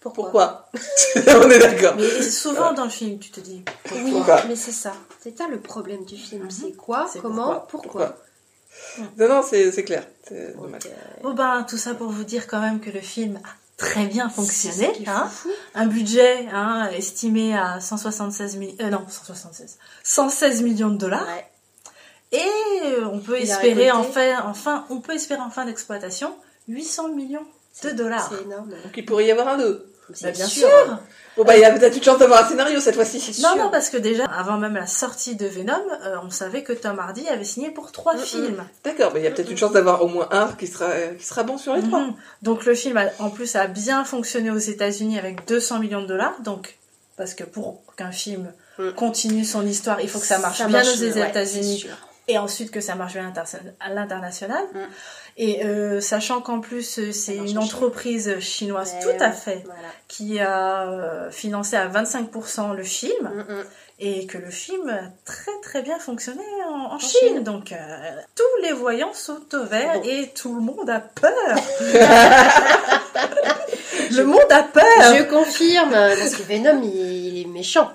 [SPEAKER 2] pourquoi,
[SPEAKER 3] pourquoi. On est d'accord.
[SPEAKER 1] Mais souvent dans le film, tu te dis.
[SPEAKER 2] Oui,
[SPEAKER 3] Pourquoi
[SPEAKER 2] mais c'est ça. C'est ça le problème du film.
[SPEAKER 1] Mhm.
[SPEAKER 2] C'est quoi,
[SPEAKER 1] C'est
[SPEAKER 2] comment, pourquoi.
[SPEAKER 3] Non non, c'est c'est clair. C'est
[SPEAKER 2] Donc,
[SPEAKER 3] dommage.
[SPEAKER 2] euh,
[SPEAKER 1] Bon ben, tout ça pour vous dire quand même que le film a très bien fonctionné.
[SPEAKER 2] c'est ce qui est
[SPEAKER 1] Hein.
[SPEAKER 2] fou.
[SPEAKER 1] Un budget hein, estimé à 176 mi- euh, non, 176, 116 millions de
[SPEAKER 3] Hein
[SPEAKER 1] dollars.
[SPEAKER 2] Ouais.
[SPEAKER 1] Et euh, on peut
[SPEAKER 2] Il a
[SPEAKER 1] espérer
[SPEAKER 2] récolté.
[SPEAKER 1] enfin, enfin, on peut espérer en fin d'exploitation 800 millions de
[SPEAKER 2] C'est-
[SPEAKER 1] dollars.
[SPEAKER 2] C'est énorme.
[SPEAKER 3] Donc il pourrait y avoir un deux.
[SPEAKER 2] C'est
[SPEAKER 1] Bah, bien
[SPEAKER 2] sûr.
[SPEAKER 1] sûr.
[SPEAKER 3] Bon bah il y a peut-être une chance d'avoir un scénario cette fois-ci.
[SPEAKER 1] Non,
[SPEAKER 2] sûr.
[SPEAKER 1] non, parce que déjà, avant même la sortie de Venom, euh, on savait que Tom Hardy avait signé pour trois
[SPEAKER 3] Mm, mm.
[SPEAKER 1] films.
[SPEAKER 3] D'accord, mais il y a peut-être une chance d'avoir au moins un qui sera euh, qui sera bon sur les trois.
[SPEAKER 1] Mhm. Donc le film, a- en plus, a bien fonctionné aux États-Unis avec 200 millions de dollars. Donc, parce que pour qu'un film
[SPEAKER 2] Mm.
[SPEAKER 1] continue son histoire, il faut que ça marche bien aux
[SPEAKER 2] ouais, c'est
[SPEAKER 1] États-Unis.
[SPEAKER 2] sûr.
[SPEAKER 1] et ensuite que ça marche bien à l'interna- à l'international.
[SPEAKER 2] Mm.
[SPEAKER 1] Et euh, sachant qu'en plus euh, c'est
[SPEAKER 2] marche
[SPEAKER 1] une
[SPEAKER 2] en Chine.
[SPEAKER 1] entreprise chinoise
[SPEAKER 2] Ouais,
[SPEAKER 1] tout
[SPEAKER 2] ouais.
[SPEAKER 1] à fait
[SPEAKER 2] Voilà.
[SPEAKER 1] qui a euh, financé à 25% le film et que le film a très très bien fonctionné en, en Chine.
[SPEAKER 2] Chine.
[SPEAKER 1] Donc euh, tous les voyants sont au vert
[SPEAKER 2] Bon.
[SPEAKER 1] et tout le monde a peur. le monde a peur.
[SPEAKER 2] Je confirme, parce que Venom, il, il est méchant.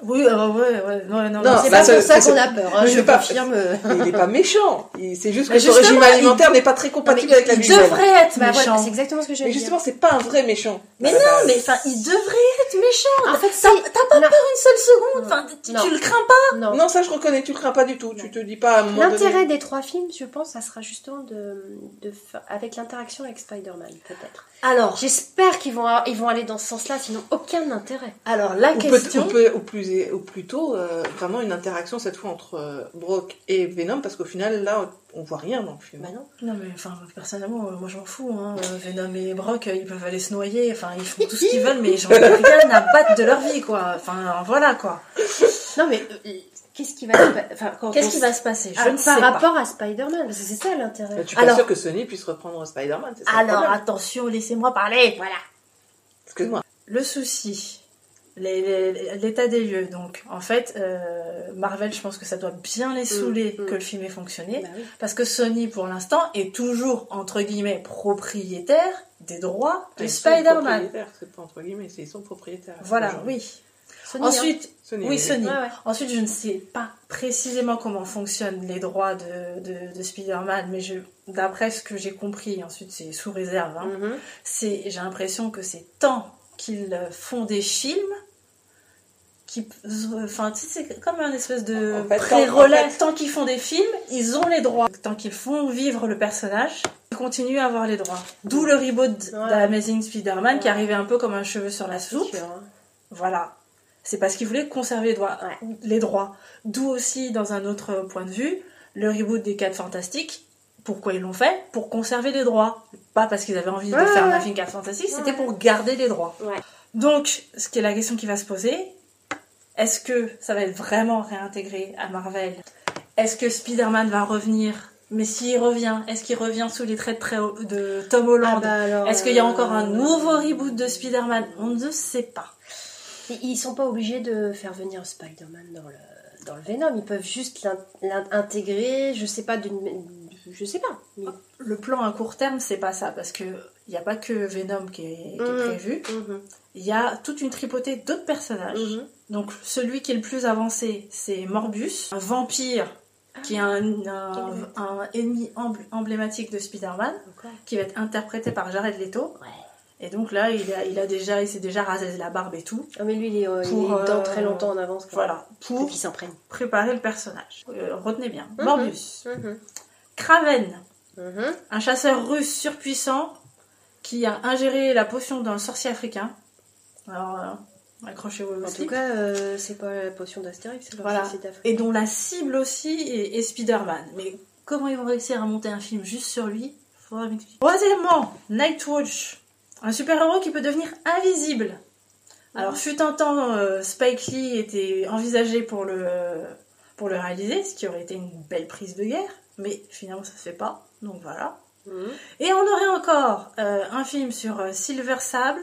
[SPEAKER 1] Oui, euh, ouais, ouais, non, non,
[SPEAKER 3] Non,
[SPEAKER 1] non,
[SPEAKER 2] C'est
[SPEAKER 3] bah,
[SPEAKER 2] pas
[SPEAKER 3] ça-
[SPEAKER 2] pour ça
[SPEAKER 3] c'est-
[SPEAKER 2] qu'on a peur. hein,
[SPEAKER 3] Mais
[SPEAKER 2] je
[SPEAKER 3] c'est pas-
[SPEAKER 2] confirme. euh,
[SPEAKER 3] Mais il n'est pas méchant. Il- C'est juste que
[SPEAKER 1] Mais
[SPEAKER 3] son
[SPEAKER 1] Bah, justement,
[SPEAKER 3] régime
[SPEAKER 1] il-
[SPEAKER 3] alimentaire n'est pas très compatible
[SPEAKER 2] Non, mais
[SPEAKER 3] avec la
[SPEAKER 1] il
[SPEAKER 3] vie humaine.
[SPEAKER 1] devrait être
[SPEAKER 2] bah, voilà,
[SPEAKER 1] méchant.
[SPEAKER 2] c'est exactement ce que j'allais
[SPEAKER 3] Mais
[SPEAKER 2] dire.
[SPEAKER 3] justement, c'est pas un vrai méchant.
[SPEAKER 1] Mais
[SPEAKER 3] À la
[SPEAKER 1] non,
[SPEAKER 3] base.
[SPEAKER 1] mais enfin, il devrait être méchant.
[SPEAKER 2] En fait,
[SPEAKER 1] T'as
[SPEAKER 2] si-
[SPEAKER 1] t'as pas
[SPEAKER 2] Non.
[SPEAKER 1] peur une seule seconde. Enfin, tu,
[SPEAKER 2] Non.
[SPEAKER 1] tu le crains pas.
[SPEAKER 2] Non.
[SPEAKER 3] Non, ça je reconnais, tu le crains pas du tout. Tu te dis pas à un moment donné.
[SPEAKER 2] L'intérêt des trois films, je pense, ça sera justement de, de fa- avec l'interaction avec Spider-Man, peut-être.
[SPEAKER 1] Alors,
[SPEAKER 2] J'espère qu'ils vont, a- ils vont aller dans ce sens-là, sinon aucun intérêt.
[SPEAKER 1] alors la
[SPEAKER 3] Ou, peut-
[SPEAKER 1] question.
[SPEAKER 3] ou peut- ou plus, ou plutôt euh, vraiment une interaction cette fois entre euh, Brock et Venom parce qu'au final là on voit rien dans le film.
[SPEAKER 2] Bah non.
[SPEAKER 1] Non mais enfin, personnellement, euh, moi je m'en fous. Hein. Euh, Venom et Brock, euh, ils peuvent aller se noyer. Enfin, ils font tout ce qu'ils veulent, mais j'en ai rien à battre de leur vie, quoi. Enfin, voilà quoi.
[SPEAKER 2] Non, mais euh, qu'est-ce qui va se pa- enfin, quand on
[SPEAKER 1] Qu'est-ce qui
[SPEAKER 2] s-
[SPEAKER 1] va se passer Je
[SPEAKER 2] Ah,
[SPEAKER 1] ne sais
[SPEAKER 2] Par
[SPEAKER 1] pas.
[SPEAKER 2] rapport à Spider-Man, parce que c'est ça
[SPEAKER 3] Bah,
[SPEAKER 2] l'intérêt.
[SPEAKER 3] tu es pas
[SPEAKER 1] Alors-
[SPEAKER 3] sûr que Sony puisse reprendre Spider-Man, c'est ça le
[SPEAKER 1] Alors,
[SPEAKER 3] problème.
[SPEAKER 1] attention, laissez-moi parler.
[SPEAKER 2] Voilà.
[SPEAKER 3] Excuse-moi.
[SPEAKER 1] le souci, les- les- l'état des lieux. Donc, en fait, euh, Marvel, je pense que ça doit bien les saouler
[SPEAKER 2] mm.
[SPEAKER 1] que le film ait fonctionné.
[SPEAKER 2] Bah oui.
[SPEAKER 1] Parce que Sony, pour l'instant, est toujours, entre guillemets, propriétaire des droits de
[SPEAKER 3] Ils sont
[SPEAKER 1] Spider-Man.
[SPEAKER 3] propriétaires, C'est pas entre guillemets, c'est ils sont propriétaires.
[SPEAKER 1] Voilà,
[SPEAKER 3] Aujourd'hui.
[SPEAKER 1] oui.
[SPEAKER 2] Sony, hein.
[SPEAKER 1] Ensuite,
[SPEAKER 3] Sony,
[SPEAKER 1] oui, Sony.
[SPEAKER 2] Ouais, ouais.
[SPEAKER 1] Ensuite, je ne sais pas précisément comment fonctionnent les droits de, de, de Spider-Man, mais je, d'après ce que j'ai compris, ensuite c'est sous réserve, hein,
[SPEAKER 2] Mhm.
[SPEAKER 1] c'est, j'ai l'impression que c'est tant qu'ils euh, font des films, qui, enfin, tu sais, c'est comme un espèce de
[SPEAKER 3] En fait, tant-
[SPEAKER 1] pré-relais.
[SPEAKER 3] en fait-
[SPEAKER 1] Tant qu'ils font des films, ils ont les droits. Tant qu'ils font vivre le personnage, ils continuent à avoir les droits. D'où
[SPEAKER 3] Mhm.
[SPEAKER 1] le reboot
[SPEAKER 2] Ouais.
[SPEAKER 1] d'Amazing Spider-Man qui
[SPEAKER 2] Ouais.
[SPEAKER 1] arrivait un peu comme un cheveu sur la soupe.
[SPEAKER 2] C'est sûr, hein.
[SPEAKER 1] Voilà. C'est parce qu'ils voulaient conserver les droits. Les droits. D'où aussi, dans un autre point de vue, le reboot des 4 Fantastiques. Pourquoi ils l'ont fait Pour conserver les droits. Pas parce qu'ils avaient envie de
[SPEAKER 2] Ouais,
[SPEAKER 1] faire
[SPEAKER 2] ouais.
[SPEAKER 1] un film 4 Fantastiques, c'était
[SPEAKER 2] Ouais.
[SPEAKER 1] pour garder les droits.
[SPEAKER 2] Ouais.
[SPEAKER 1] Donc, ce qui est la question qui va se poser, est-ce que ça va être vraiment réintégré à Marvel Est-ce que Spider-Man va revenir Mais s'il revient, est-ce qu'il revient sous les traits de, Tré- de Tom
[SPEAKER 2] Ah
[SPEAKER 1] Holland
[SPEAKER 2] bah alors,
[SPEAKER 1] Est-ce qu'il y a encore un
[SPEAKER 2] euh,
[SPEAKER 1] nouveau reboot de Spider-Man On ne sait pas.
[SPEAKER 2] Ils- Ils sont pas obligés de faire venir Spider-Man dans le, dans le Venom. Ils peuvent juste l'in- l'in- l'intégrer, je sais pas, d'une. Je sais pas. mais-
[SPEAKER 1] Le plan à court terme, c'est pas ça, parce que il n'y a pas que Venom qui est, qui est
[SPEAKER 2] Mhm.
[SPEAKER 1] prévu. Il y a toute une tripotée d'autres personnages. Donc celui qui est le plus avancé, c'est Morbus, un vampire Ah. qui est un, un-
[SPEAKER 2] Quel
[SPEAKER 1] un ennemi embl- emblématique de Spider-Man,
[SPEAKER 2] Encore.
[SPEAKER 1] qui va être interprété par Jared Leto.
[SPEAKER 2] Ouais.
[SPEAKER 1] Et donc là, il a, il a déjà, il s'est déjà rasé la barbe et tout.
[SPEAKER 2] Ah, mais lui, il est, euh, il
[SPEAKER 1] Pour,
[SPEAKER 2] est dans
[SPEAKER 1] euh,
[SPEAKER 2] très longtemps en avance. quoi.
[SPEAKER 1] Voilà,
[SPEAKER 2] Faut
[SPEAKER 1] pour
[SPEAKER 2] qu'il s'imprègne.
[SPEAKER 1] préparer le personnage. Euh, retenez bien.
[SPEAKER 2] Mhm.
[SPEAKER 1] Morbus, Kraven, un chasseur russe surpuissant qui a ingéré la potion d'un sorcier africain. Alors, euh, accrochez-vous au
[SPEAKER 2] En tout
[SPEAKER 1] slip.
[SPEAKER 2] cas, euh, c'est pas la potion d'Astérix, c'est
[SPEAKER 1] Voilà.
[SPEAKER 2] leur société d'Afrique.
[SPEAKER 1] Et dont la cible aussi est, est Spider-Man. Mais comment ils vont réussir à monter un film juste sur lui Faudra m'expliquer. Troisièmement, Nightwatch, un super-héros qui peut devenir invisible.
[SPEAKER 2] Ah.
[SPEAKER 1] Alors, fut un temps, euh, Spike Lee était envisagé pour le, pour le réaliser, ce qui aurait été une belle prise de guerre, mais finalement ça se fait pas, donc voilà.
[SPEAKER 2] Mhm.
[SPEAKER 1] Et on aurait encore euh, un film sur euh, Silver Sable.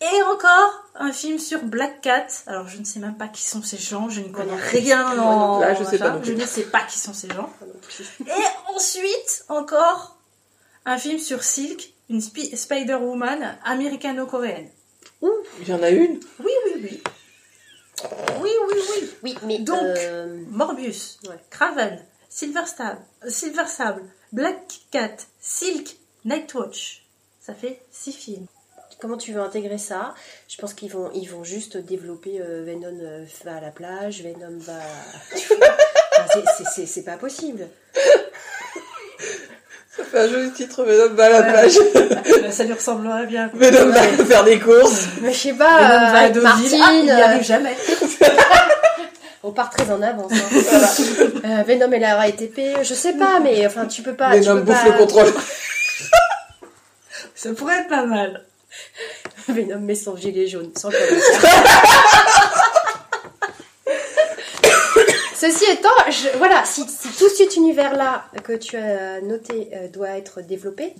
[SPEAKER 1] Et encore un film sur Black Cat. Alors je ne sais même pas qui sont ces gens, je ne connais
[SPEAKER 2] Moi non
[SPEAKER 1] rien.
[SPEAKER 2] Moi non
[SPEAKER 1] en
[SPEAKER 3] plus. Là, je sais pas
[SPEAKER 1] machin,
[SPEAKER 3] non plus.
[SPEAKER 1] Je ne sais pas qui sont ces gens.
[SPEAKER 2] Ah, non, plus.
[SPEAKER 1] Et ensuite encore un film sur Silk, une spi- Spider-Woman américano-coréenne.
[SPEAKER 3] Il y en a une
[SPEAKER 1] Oui, oui, oui. Oui, oui, oui.
[SPEAKER 2] Oui, mais
[SPEAKER 1] Donc,
[SPEAKER 2] euh,
[SPEAKER 1] Morbius,
[SPEAKER 2] Ouais.
[SPEAKER 1] Craven, Silver Sable, Silver Sable, Black Cat, Silk, Nightwatch. Ça fait six films.
[SPEAKER 2] comment tu veux intégrer ça Je pense qu'ils vont, ils vont juste développer euh, Venom euh, va à la plage, Venom va. Enfin, c'est- c'est- c'est- c'est pas possible.
[SPEAKER 3] Ça fait un joli titre, Venom va à la
[SPEAKER 1] Ouais.
[SPEAKER 3] plage.
[SPEAKER 1] Bah, ça lui ressemblerait bien. quoi.
[SPEAKER 3] Venom va faire des courses.
[SPEAKER 2] Mais je sais
[SPEAKER 1] Mais non,
[SPEAKER 2] pas, euh,
[SPEAKER 1] va à
[SPEAKER 2] avec
[SPEAKER 1] Deauville.
[SPEAKER 2] Martine,
[SPEAKER 1] Ah, il n'y
[SPEAKER 2] euh,
[SPEAKER 1] arrive jamais.
[SPEAKER 2] on part très en avance. hein. Euh, Venom et la RATP, E, je sais pas, mais enfin tu peux pas. Bah, tu
[SPEAKER 3] Venom
[SPEAKER 2] peux
[SPEAKER 3] bouffe
[SPEAKER 2] pas-
[SPEAKER 3] le contrôle.
[SPEAKER 1] Ça pourrait être pas mal.
[SPEAKER 2] Venom met son gilet jaune, sans commentaire. Ceci étant, je- voilà, si, si tout cet univers-là que tu as noté euh, doit être développé,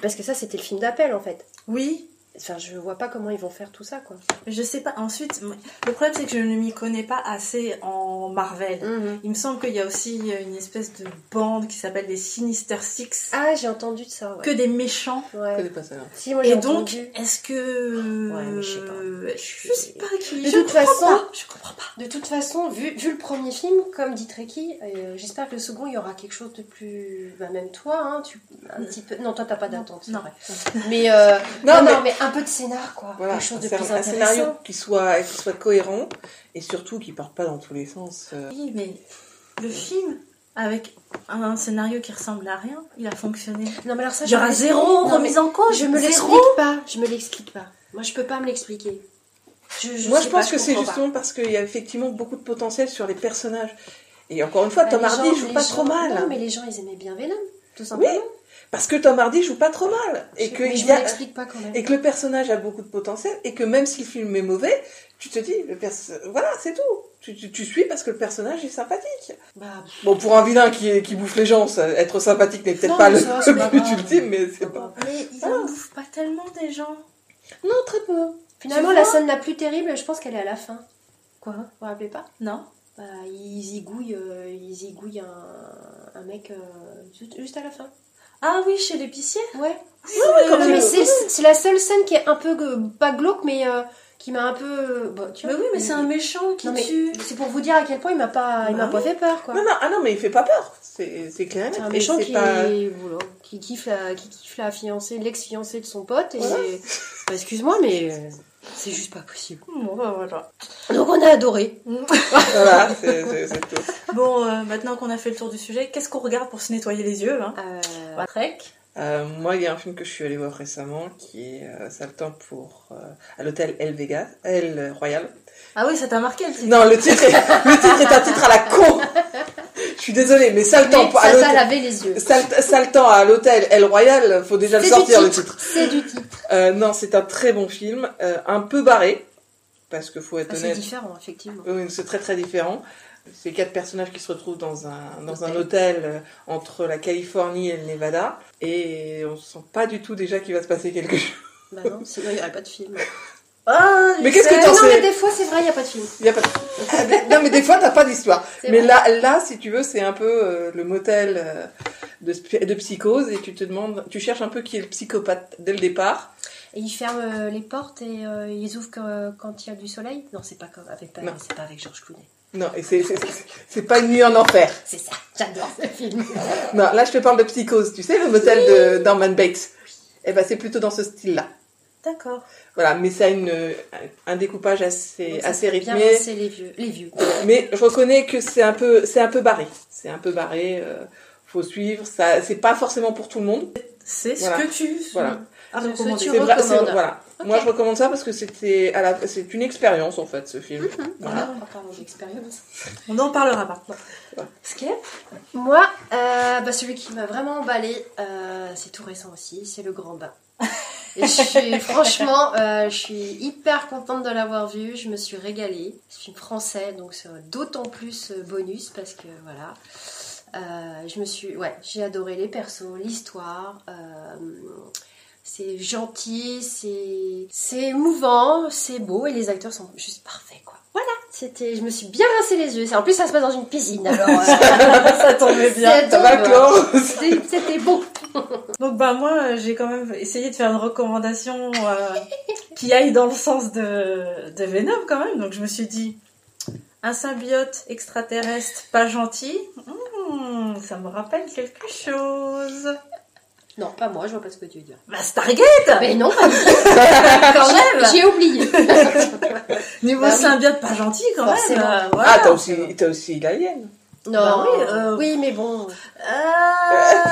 [SPEAKER 2] parce que ça c'était le film d'appel en fait.
[SPEAKER 1] Oui,
[SPEAKER 2] Enfin, je vois pas comment ils vont faire tout ça quoi.
[SPEAKER 1] mais je sais pas. Ensuite, moi, le problème c'est que je ne m'y connais pas assez en Marvel. Il me semble qu'il y a aussi euh, une espèce de bande qui s'appelle les Sinister Six,
[SPEAKER 2] Ah, j'ai entendu de ça.
[SPEAKER 1] que
[SPEAKER 2] Ouais.
[SPEAKER 1] des méchants.
[SPEAKER 3] Je
[SPEAKER 2] Ouais.
[SPEAKER 3] connais pas ça. là.
[SPEAKER 2] Si, moi j'ai
[SPEAKER 1] Et donc,
[SPEAKER 2] entendu.
[SPEAKER 1] est-ce que euh,
[SPEAKER 2] Ouais, mais je sais pas.
[SPEAKER 1] Je sais pas qui.
[SPEAKER 2] De
[SPEAKER 1] je
[SPEAKER 2] toute
[SPEAKER 1] comprends
[SPEAKER 2] façon-
[SPEAKER 1] pas, je comprends pas.
[SPEAKER 2] De toute façon, vu, vu le premier film, comme dit Treki, euh, j'espère que le second, il y aura quelque chose de plus. Bah, même toi, hein, tu, un petit peu. Non, toi, t'as pas d'attente, c'est
[SPEAKER 1] Non.
[SPEAKER 2] vrai. Mais, euh,
[SPEAKER 3] Non,
[SPEAKER 2] non,
[SPEAKER 3] mais-
[SPEAKER 2] non, mais... un peu de scénar, quoi.
[SPEAKER 3] Voilà, un,
[SPEAKER 2] quelque chose de
[SPEAKER 3] scén-
[SPEAKER 2] plus
[SPEAKER 3] un scénario
[SPEAKER 2] intéressant.
[SPEAKER 3] qui soit, qui soit cohérent et surtout qui parte pas dans tous les sens. euh.
[SPEAKER 1] Oui, mais le film avec un scénario qui ressemble à rien, il a fonctionné.
[SPEAKER 2] Non, mais alors ça,
[SPEAKER 1] Il
[SPEAKER 2] je
[SPEAKER 1] y aura
[SPEAKER 2] me l'explique-
[SPEAKER 1] zéro
[SPEAKER 2] non, mais oh,
[SPEAKER 1] remise en cause.
[SPEAKER 2] Je me
[SPEAKER 1] zéro.
[SPEAKER 2] l'explique pas, je me l'explique pas. Moi, je peux pas me l'expliquer. Je,
[SPEAKER 3] Moi,
[SPEAKER 2] sais
[SPEAKER 3] je pense
[SPEAKER 2] pas,
[SPEAKER 3] que c'est
[SPEAKER 2] comprends pas.
[SPEAKER 3] justement parce qu'il y a effectivement beaucoup de potentiel sur les personnages. Et encore une fois,
[SPEAKER 2] Bah,
[SPEAKER 3] Tom
[SPEAKER 2] les gens-
[SPEAKER 3] Hardy joue
[SPEAKER 2] les
[SPEAKER 3] pas
[SPEAKER 2] gens-
[SPEAKER 3] trop mal.
[SPEAKER 2] Non, mais les gens, ils aimaient bien Venom, tout
[SPEAKER 3] Oui,
[SPEAKER 2] simplement.
[SPEAKER 3] parce que Tom Hardy joue pas trop mal. Et que,
[SPEAKER 2] mais
[SPEAKER 3] il
[SPEAKER 2] je
[SPEAKER 3] y
[SPEAKER 2] me
[SPEAKER 3] a-
[SPEAKER 2] l'explique pas quand même.
[SPEAKER 3] et que le personnage a beaucoup de potentiel. Et que même si le film est mauvais, tu te dis, le perso- voilà, c'est tout. Tu, tu- tu suis parce que le personnage est sympathique.
[SPEAKER 2] Bah, pff,
[SPEAKER 3] Bon, pour un vilain qui, qui bouffe les gens, ça- être sympathique n'est peut-être
[SPEAKER 2] Non,
[SPEAKER 3] pas
[SPEAKER 2] mais
[SPEAKER 3] le,
[SPEAKER 2] ça va, c'est
[SPEAKER 3] le
[SPEAKER 2] pas
[SPEAKER 3] but
[SPEAKER 2] grave.
[SPEAKER 3] ultime, mais c'est pas.
[SPEAKER 1] Mais ils en bouffent pas tellement des gens.
[SPEAKER 2] non, très peu. Finalement,
[SPEAKER 1] Tu
[SPEAKER 2] la
[SPEAKER 1] vois
[SPEAKER 2] scène la plus terrible, je pense qu'elle est à la fin.
[SPEAKER 1] Quoi
[SPEAKER 2] Vous vous rappelez pas
[SPEAKER 1] Non.
[SPEAKER 2] bah, Ils zigouillent, euh, ils zigouillent un, un mec euh, ju- juste à la fin.
[SPEAKER 1] Ah oui, chez l'épicier.
[SPEAKER 2] Ouais.
[SPEAKER 1] Euh,
[SPEAKER 3] quand
[SPEAKER 2] Non,
[SPEAKER 3] tu-
[SPEAKER 2] mais c'est c'est la seule scène qui est un peu euh, pas glauque, mais euh, qui m'a un peu. bah, tu
[SPEAKER 1] Mais
[SPEAKER 2] vois,
[SPEAKER 1] Ah oui, mais c'est un méchant qui
[SPEAKER 2] Non, mais
[SPEAKER 1] tue.
[SPEAKER 2] c'est pour vous dire à quel point il m'a pas, il
[SPEAKER 3] Bah
[SPEAKER 2] m'a pas
[SPEAKER 3] oui.
[SPEAKER 2] fait peur, quoi.
[SPEAKER 3] Non, non, ah non, mais il fait pas peur, c'est c'est clair. et
[SPEAKER 2] Ah, C'est un
[SPEAKER 3] net. Et
[SPEAKER 2] méchant
[SPEAKER 3] c'est
[SPEAKER 2] qui,
[SPEAKER 3] pas-
[SPEAKER 2] voilà, qui kiffe la, qui kiffe la fiancée, l'ex-fiancée de son pote. Et...
[SPEAKER 3] Voilà.
[SPEAKER 2] Bah, excuse-moi, mais euh, c'est juste pas possible.
[SPEAKER 1] Bon, bah, voilà.
[SPEAKER 2] Donc on a adoré.
[SPEAKER 3] Voilà, c'est c'est- c'est tout.
[SPEAKER 1] Bon, euh, maintenant qu'on a fait le tour du sujet, qu'est-ce qu'on regarde pour se nettoyer les yeux hein
[SPEAKER 2] Euh,
[SPEAKER 1] Trek.
[SPEAKER 3] Euh, moi, il y a un film que je suis allée voir récemment qui est euh, Ça a le temps pour. euh, à l'hôtel El Vegas, El Royal.
[SPEAKER 1] Ah oui, ça t'a marqué le titre.
[SPEAKER 3] Non, le titre, est, le titre est un titre à la con Je suis désolée, mais ça le temps
[SPEAKER 2] mais
[SPEAKER 3] pour- à
[SPEAKER 2] ça, ça
[SPEAKER 3] l'hôtel-
[SPEAKER 2] lavait les yeux.
[SPEAKER 3] ça le- ça le temps à l'hôtel El Royal, faut déjà le
[SPEAKER 2] C'est
[SPEAKER 3] sortir
[SPEAKER 2] du
[SPEAKER 3] le
[SPEAKER 2] titre.
[SPEAKER 3] titre.
[SPEAKER 2] C'est du titre.
[SPEAKER 3] Euh, non, c'est un très bon film, euh, un peu barré, parce que faut être
[SPEAKER 2] Ah, c'est
[SPEAKER 3] honnête,
[SPEAKER 2] différent, effectivement.
[SPEAKER 3] Oui, c'est très très différent. C'est quatre personnages qui se retrouvent dans un, dans un
[SPEAKER 2] Hôtel.
[SPEAKER 3] hôtel euh, entre la Californie et le Nevada. Et on sent pas du tout déjà qu'il va se passer quelque chose.
[SPEAKER 2] Bah non, sinon il n'y aurait pas de film.
[SPEAKER 1] Ah,
[SPEAKER 3] Mais qu'est-ce que
[SPEAKER 1] Ixelles.
[SPEAKER 3] t'en
[SPEAKER 2] non,
[SPEAKER 3] sais
[SPEAKER 2] mais des fois, c'est vrai, il n'y a pas de film.
[SPEAKER 3] Il y a pas de- Non, mais des fois, t'as pas d'histoire.
[SPEAKER 2] C'est
[SPEAKER 3] Mais
[SPEAKER 2] vrai.
[SPEAKER 3] là, là, si tu veux, c'est un peu euh, le motel euh, de, sp- de psychose. Et tu te demandes, tu cherches un peu qui est le psychopathe dès le départ.
[SPEAKER 2] Et ils ferment euh, les portes et euh, ils ouvrent que- quand il y a du soleil Non, c'est pas, comme- avec, pas,
[SPEAKER 3] Non.
[SPEAKER 2] c'est pas avec Georges Clooney.
[SPEAKER 3] Non, et c'est- c'est c'est- c'est pas une nuit en enfer.
[SPEAKER 2] C'est ça, j'adore ce film.
[SPEAKER 3] Non, là, je te parle de psychose. Tu sais, le motel de Norman Bates. Et ben, c'est plutôt dans ce style-là.
[SPEAKER 1] D'accord.
[SPEAKER 3] Voilà, mais ça a une, un découpage assez,
[SPEAKER 2] Donc, ça
[SPEAKER 3] assez
[SPEAKER 2] fait bien
[SPEAKER 3] rythmé.
[SPEAKER 2] passer les vieux. Les vieux.
[SPEAKER 3] Mais je reconnais que c'est un peu, c'est un peu barré. C'est un peu barré. euh, faut suivre. Ça, c'est pas forcément pour tout le monde.
[SPEAKER 1] C'est ce
[SPEAKER 3] Voilà.
[SPEAKER 1] que tu Ah,
[SPEAKER 3] Voilà.
[SPEAKER 1] as
[SPEAKER 2] Ce- ce
[SPEAKER 1] recommandé.
[SPEAKER 2] tu
[SPEAKER 3] C'est vra- c'est-
[SPEAKER 2] recommandes.
[SPEAKER 3] Voilà.
[SPEAKER 2] Ok.
[SPEAKER 3] Moi, je recommande ça parce que c'était, à la, c'est une expérience en fait, ce film.
[SPEAKER 1] Mhm.
[SPEAKER 3] Voilà.
[SPEAKER 2] Ah, pardon, j'expérience.
[SPEAKER 1] On en parlera maintenant. Skip
[SPEAKER 2] Moi, euh, bah, celui qui m'a vraiment emballé, euh, c'est tout récent aussi, c'est le Grand Bain. Et je suis, franchement, euh, je suis hyper contente de l'avoir vu, je me suis régalée. C'est un film français, donc c'est d'autant plus euh, bonus parce que voilà. Euh, je me suis, ouais, j'ai adoré les persos, l'histoire. euh, c'est gentil, c'est c'est émouvant, c'est beau et les acteurs sont juste parfaits quoi. Voilà, c'était, je me suis bien rincé les yeux. En plus, ça se passe dans une piscine, alors. euh,
[SPEAKER 1] Ça tombait bien.
[SPEAKER 2] C'est-
[SPEAKER 3] Ça va,
[SPEAKER 2] Attends,
[SPEAKER 3] Clore
[SPEAKER 2] C'était c'était beau.
[SPEAKER 1] Donc bah moi euh, j'ai quand même essayé de faire une recommandation euh, qui aille dans le sens de, de Venom quand même. Donc je me suis dit un symbiote extraterrestre pas gentil, hmm, ça me rappelle quelque chose.
[SPEAKER 2] Non, pas moi, je vois pas ce que tu veux dire. Ah,
[SPEAKER 1] Bah Stargate
[SPEAKER 2] Mais non, pas du tout.
[SPEAKER 1] quand même.
[SPEAKER 2] J'ai oublié.
[SPEAKER 1] Niveau
[SPEAKER 2] Bah oui.
[SPEAKER 1] symbiote pas gentil quand
[SPEAKER 2] Forcément.
[SPEAKER 1] même. euh,
[SPEAKER 3] Ah,
[SPEAKER 1] voilà.
[SPEAKER 3] t'as aussi, t'as aussi l'alien.
[SPEAKER 2] Non.
[SPEAKER 1] Bah oui, euh,
[SPEAKER 2] Oui, mais bon.
[SPEAKER 1] Ah.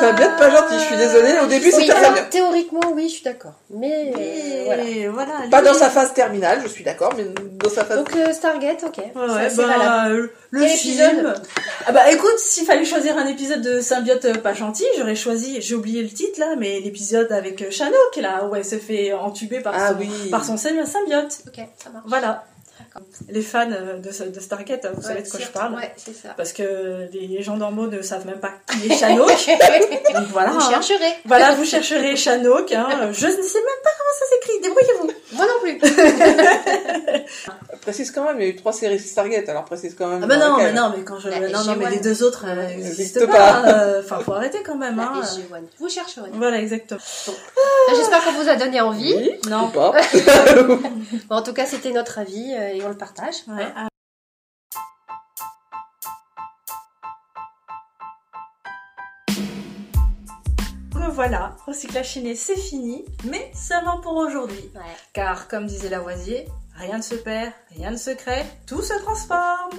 [SPEAKER 3] Symbiote pas gentil, je suis désolée, au début, Oui,
[SPEAKER 2] Oui,
[SPEAKER 3] ça
[SPEAKER 2] alors,
[SPEAKER 3] va bien.
[SPEAKER 2] théoriquement, oui, je suis d'accord. Mais euh,
[SPEAKER 1] Et
[SPEAKER 2] voilà.
[SPEAKER 1] voilà,
[SPEAKER 3] Pas
[SPEAKER 1] lui,
[SPEAKER 3] dans sa phase terminale, je suis d'accord, mais dans sa phase.
[SPEAKER 2] Donc euh, Stargate, ok.
[SPEAKER 1] Ouais,
[SPEAKER 2] Ça,
[SPEAKER 1] ouais,
[SPEAKER 2] c'est
[SPEAKER 1] bah,
[SPEAKER 2] valable.
[SPEAKER 1] euh, le
[SPEAKER 2] Quel
[SPEAKER 1] film.
[SPEAKER 2] épisode
[SPEAKER 1] Ah bah écoute, s'il fallait choisir un épisode de Symbiote euh, pas gentil, j'aurais choisi, j'ai oublié le titre là, mais l'épisode avec euh, Chanook là, où elle se fait entuber par,
[SPEAKER 3] Ah
[SPEAKER 1] son,
[SPEAKER 3] oui.
[SPEAKER 1] par son symbi- symbiote.
[SPEAKER 2] Ok, ça marche.
[SPEAKER 1] Voilà.
[SPEAKER 2] D'accord.
[SPEAKER 1] Les fans euh, de, ce- de Stargate, euh, vous savez de quoi je
[SPEAKER 2] certes,
[SPEAKER 1] parle.
[SPEAKER 2] Ouais, c'est ça.
[SPEAKER 1] Parce que les, les gens d'en haut ne savent même pas qui est Chanook. donc voilà.
[SPEAKER 2] Vous
[SPEAKER 1] hein.
[SPEAKER 2] chercherez.
[SPEAKER 1] Voilà, vous chercherez Chanook. hein. Je ne sais même pas comment ça s'écrit, débrouillez-vous.
[SPEAKER 3] Ah
[SPEAKER 2] Moi non plus.
[SPEAKER 3] Précise quand même, il y a eu trois séries Stargate, alors précise quand même.
[SPEAKER 1] Ah bah
[SPEAKER 3] dans
[SPEAKER 1] non, mais
[SPEAKER 3] laquelle.
[SPEAKER 1] non, mais quand je...
[SPEAKER 2] La
[SPEAKER 1] Non, non, mais
[SPEAKER 2] SG-1.
[SPEAKER 1] les deux autres euh,
[SPEAKER 2] Ouais,
[SPEAKER 1] n'existent
[SPEAKER 3] n'existe
[SPEAKER 1] pas.
[SPEAKER 3] pas.
[SPEAKER 1] hein. Euh, Enfin, faut arrêter quand même.
[SPEAKER 2] La
[SPEAKER 1] Hein.
[SPEAKER 2] SG1. Vous chercherez.
[SPEAKER 1] Voilà, exactement.
[SPEAKER 2] J'espère qu'on vous a donné envie.
[SPEAKER 3] Oui,
[SPEAKER 1] Non.
[SPEAKER 3] ou pas.
[SPEAKER 2] Bon, en tout cas, c'était notre avis euh, et on le partage.
[SPEAKER 1] Ouais. ah, Donc Voilà, recyclage chiné c'est fini, mais seulement pour aujourd'hui.
[SPEAKER 2] Ouais.
[SPEAKER 1] Car comme disait Lavoisier, rien ne se perd, rien ne se crée, tout se transforme.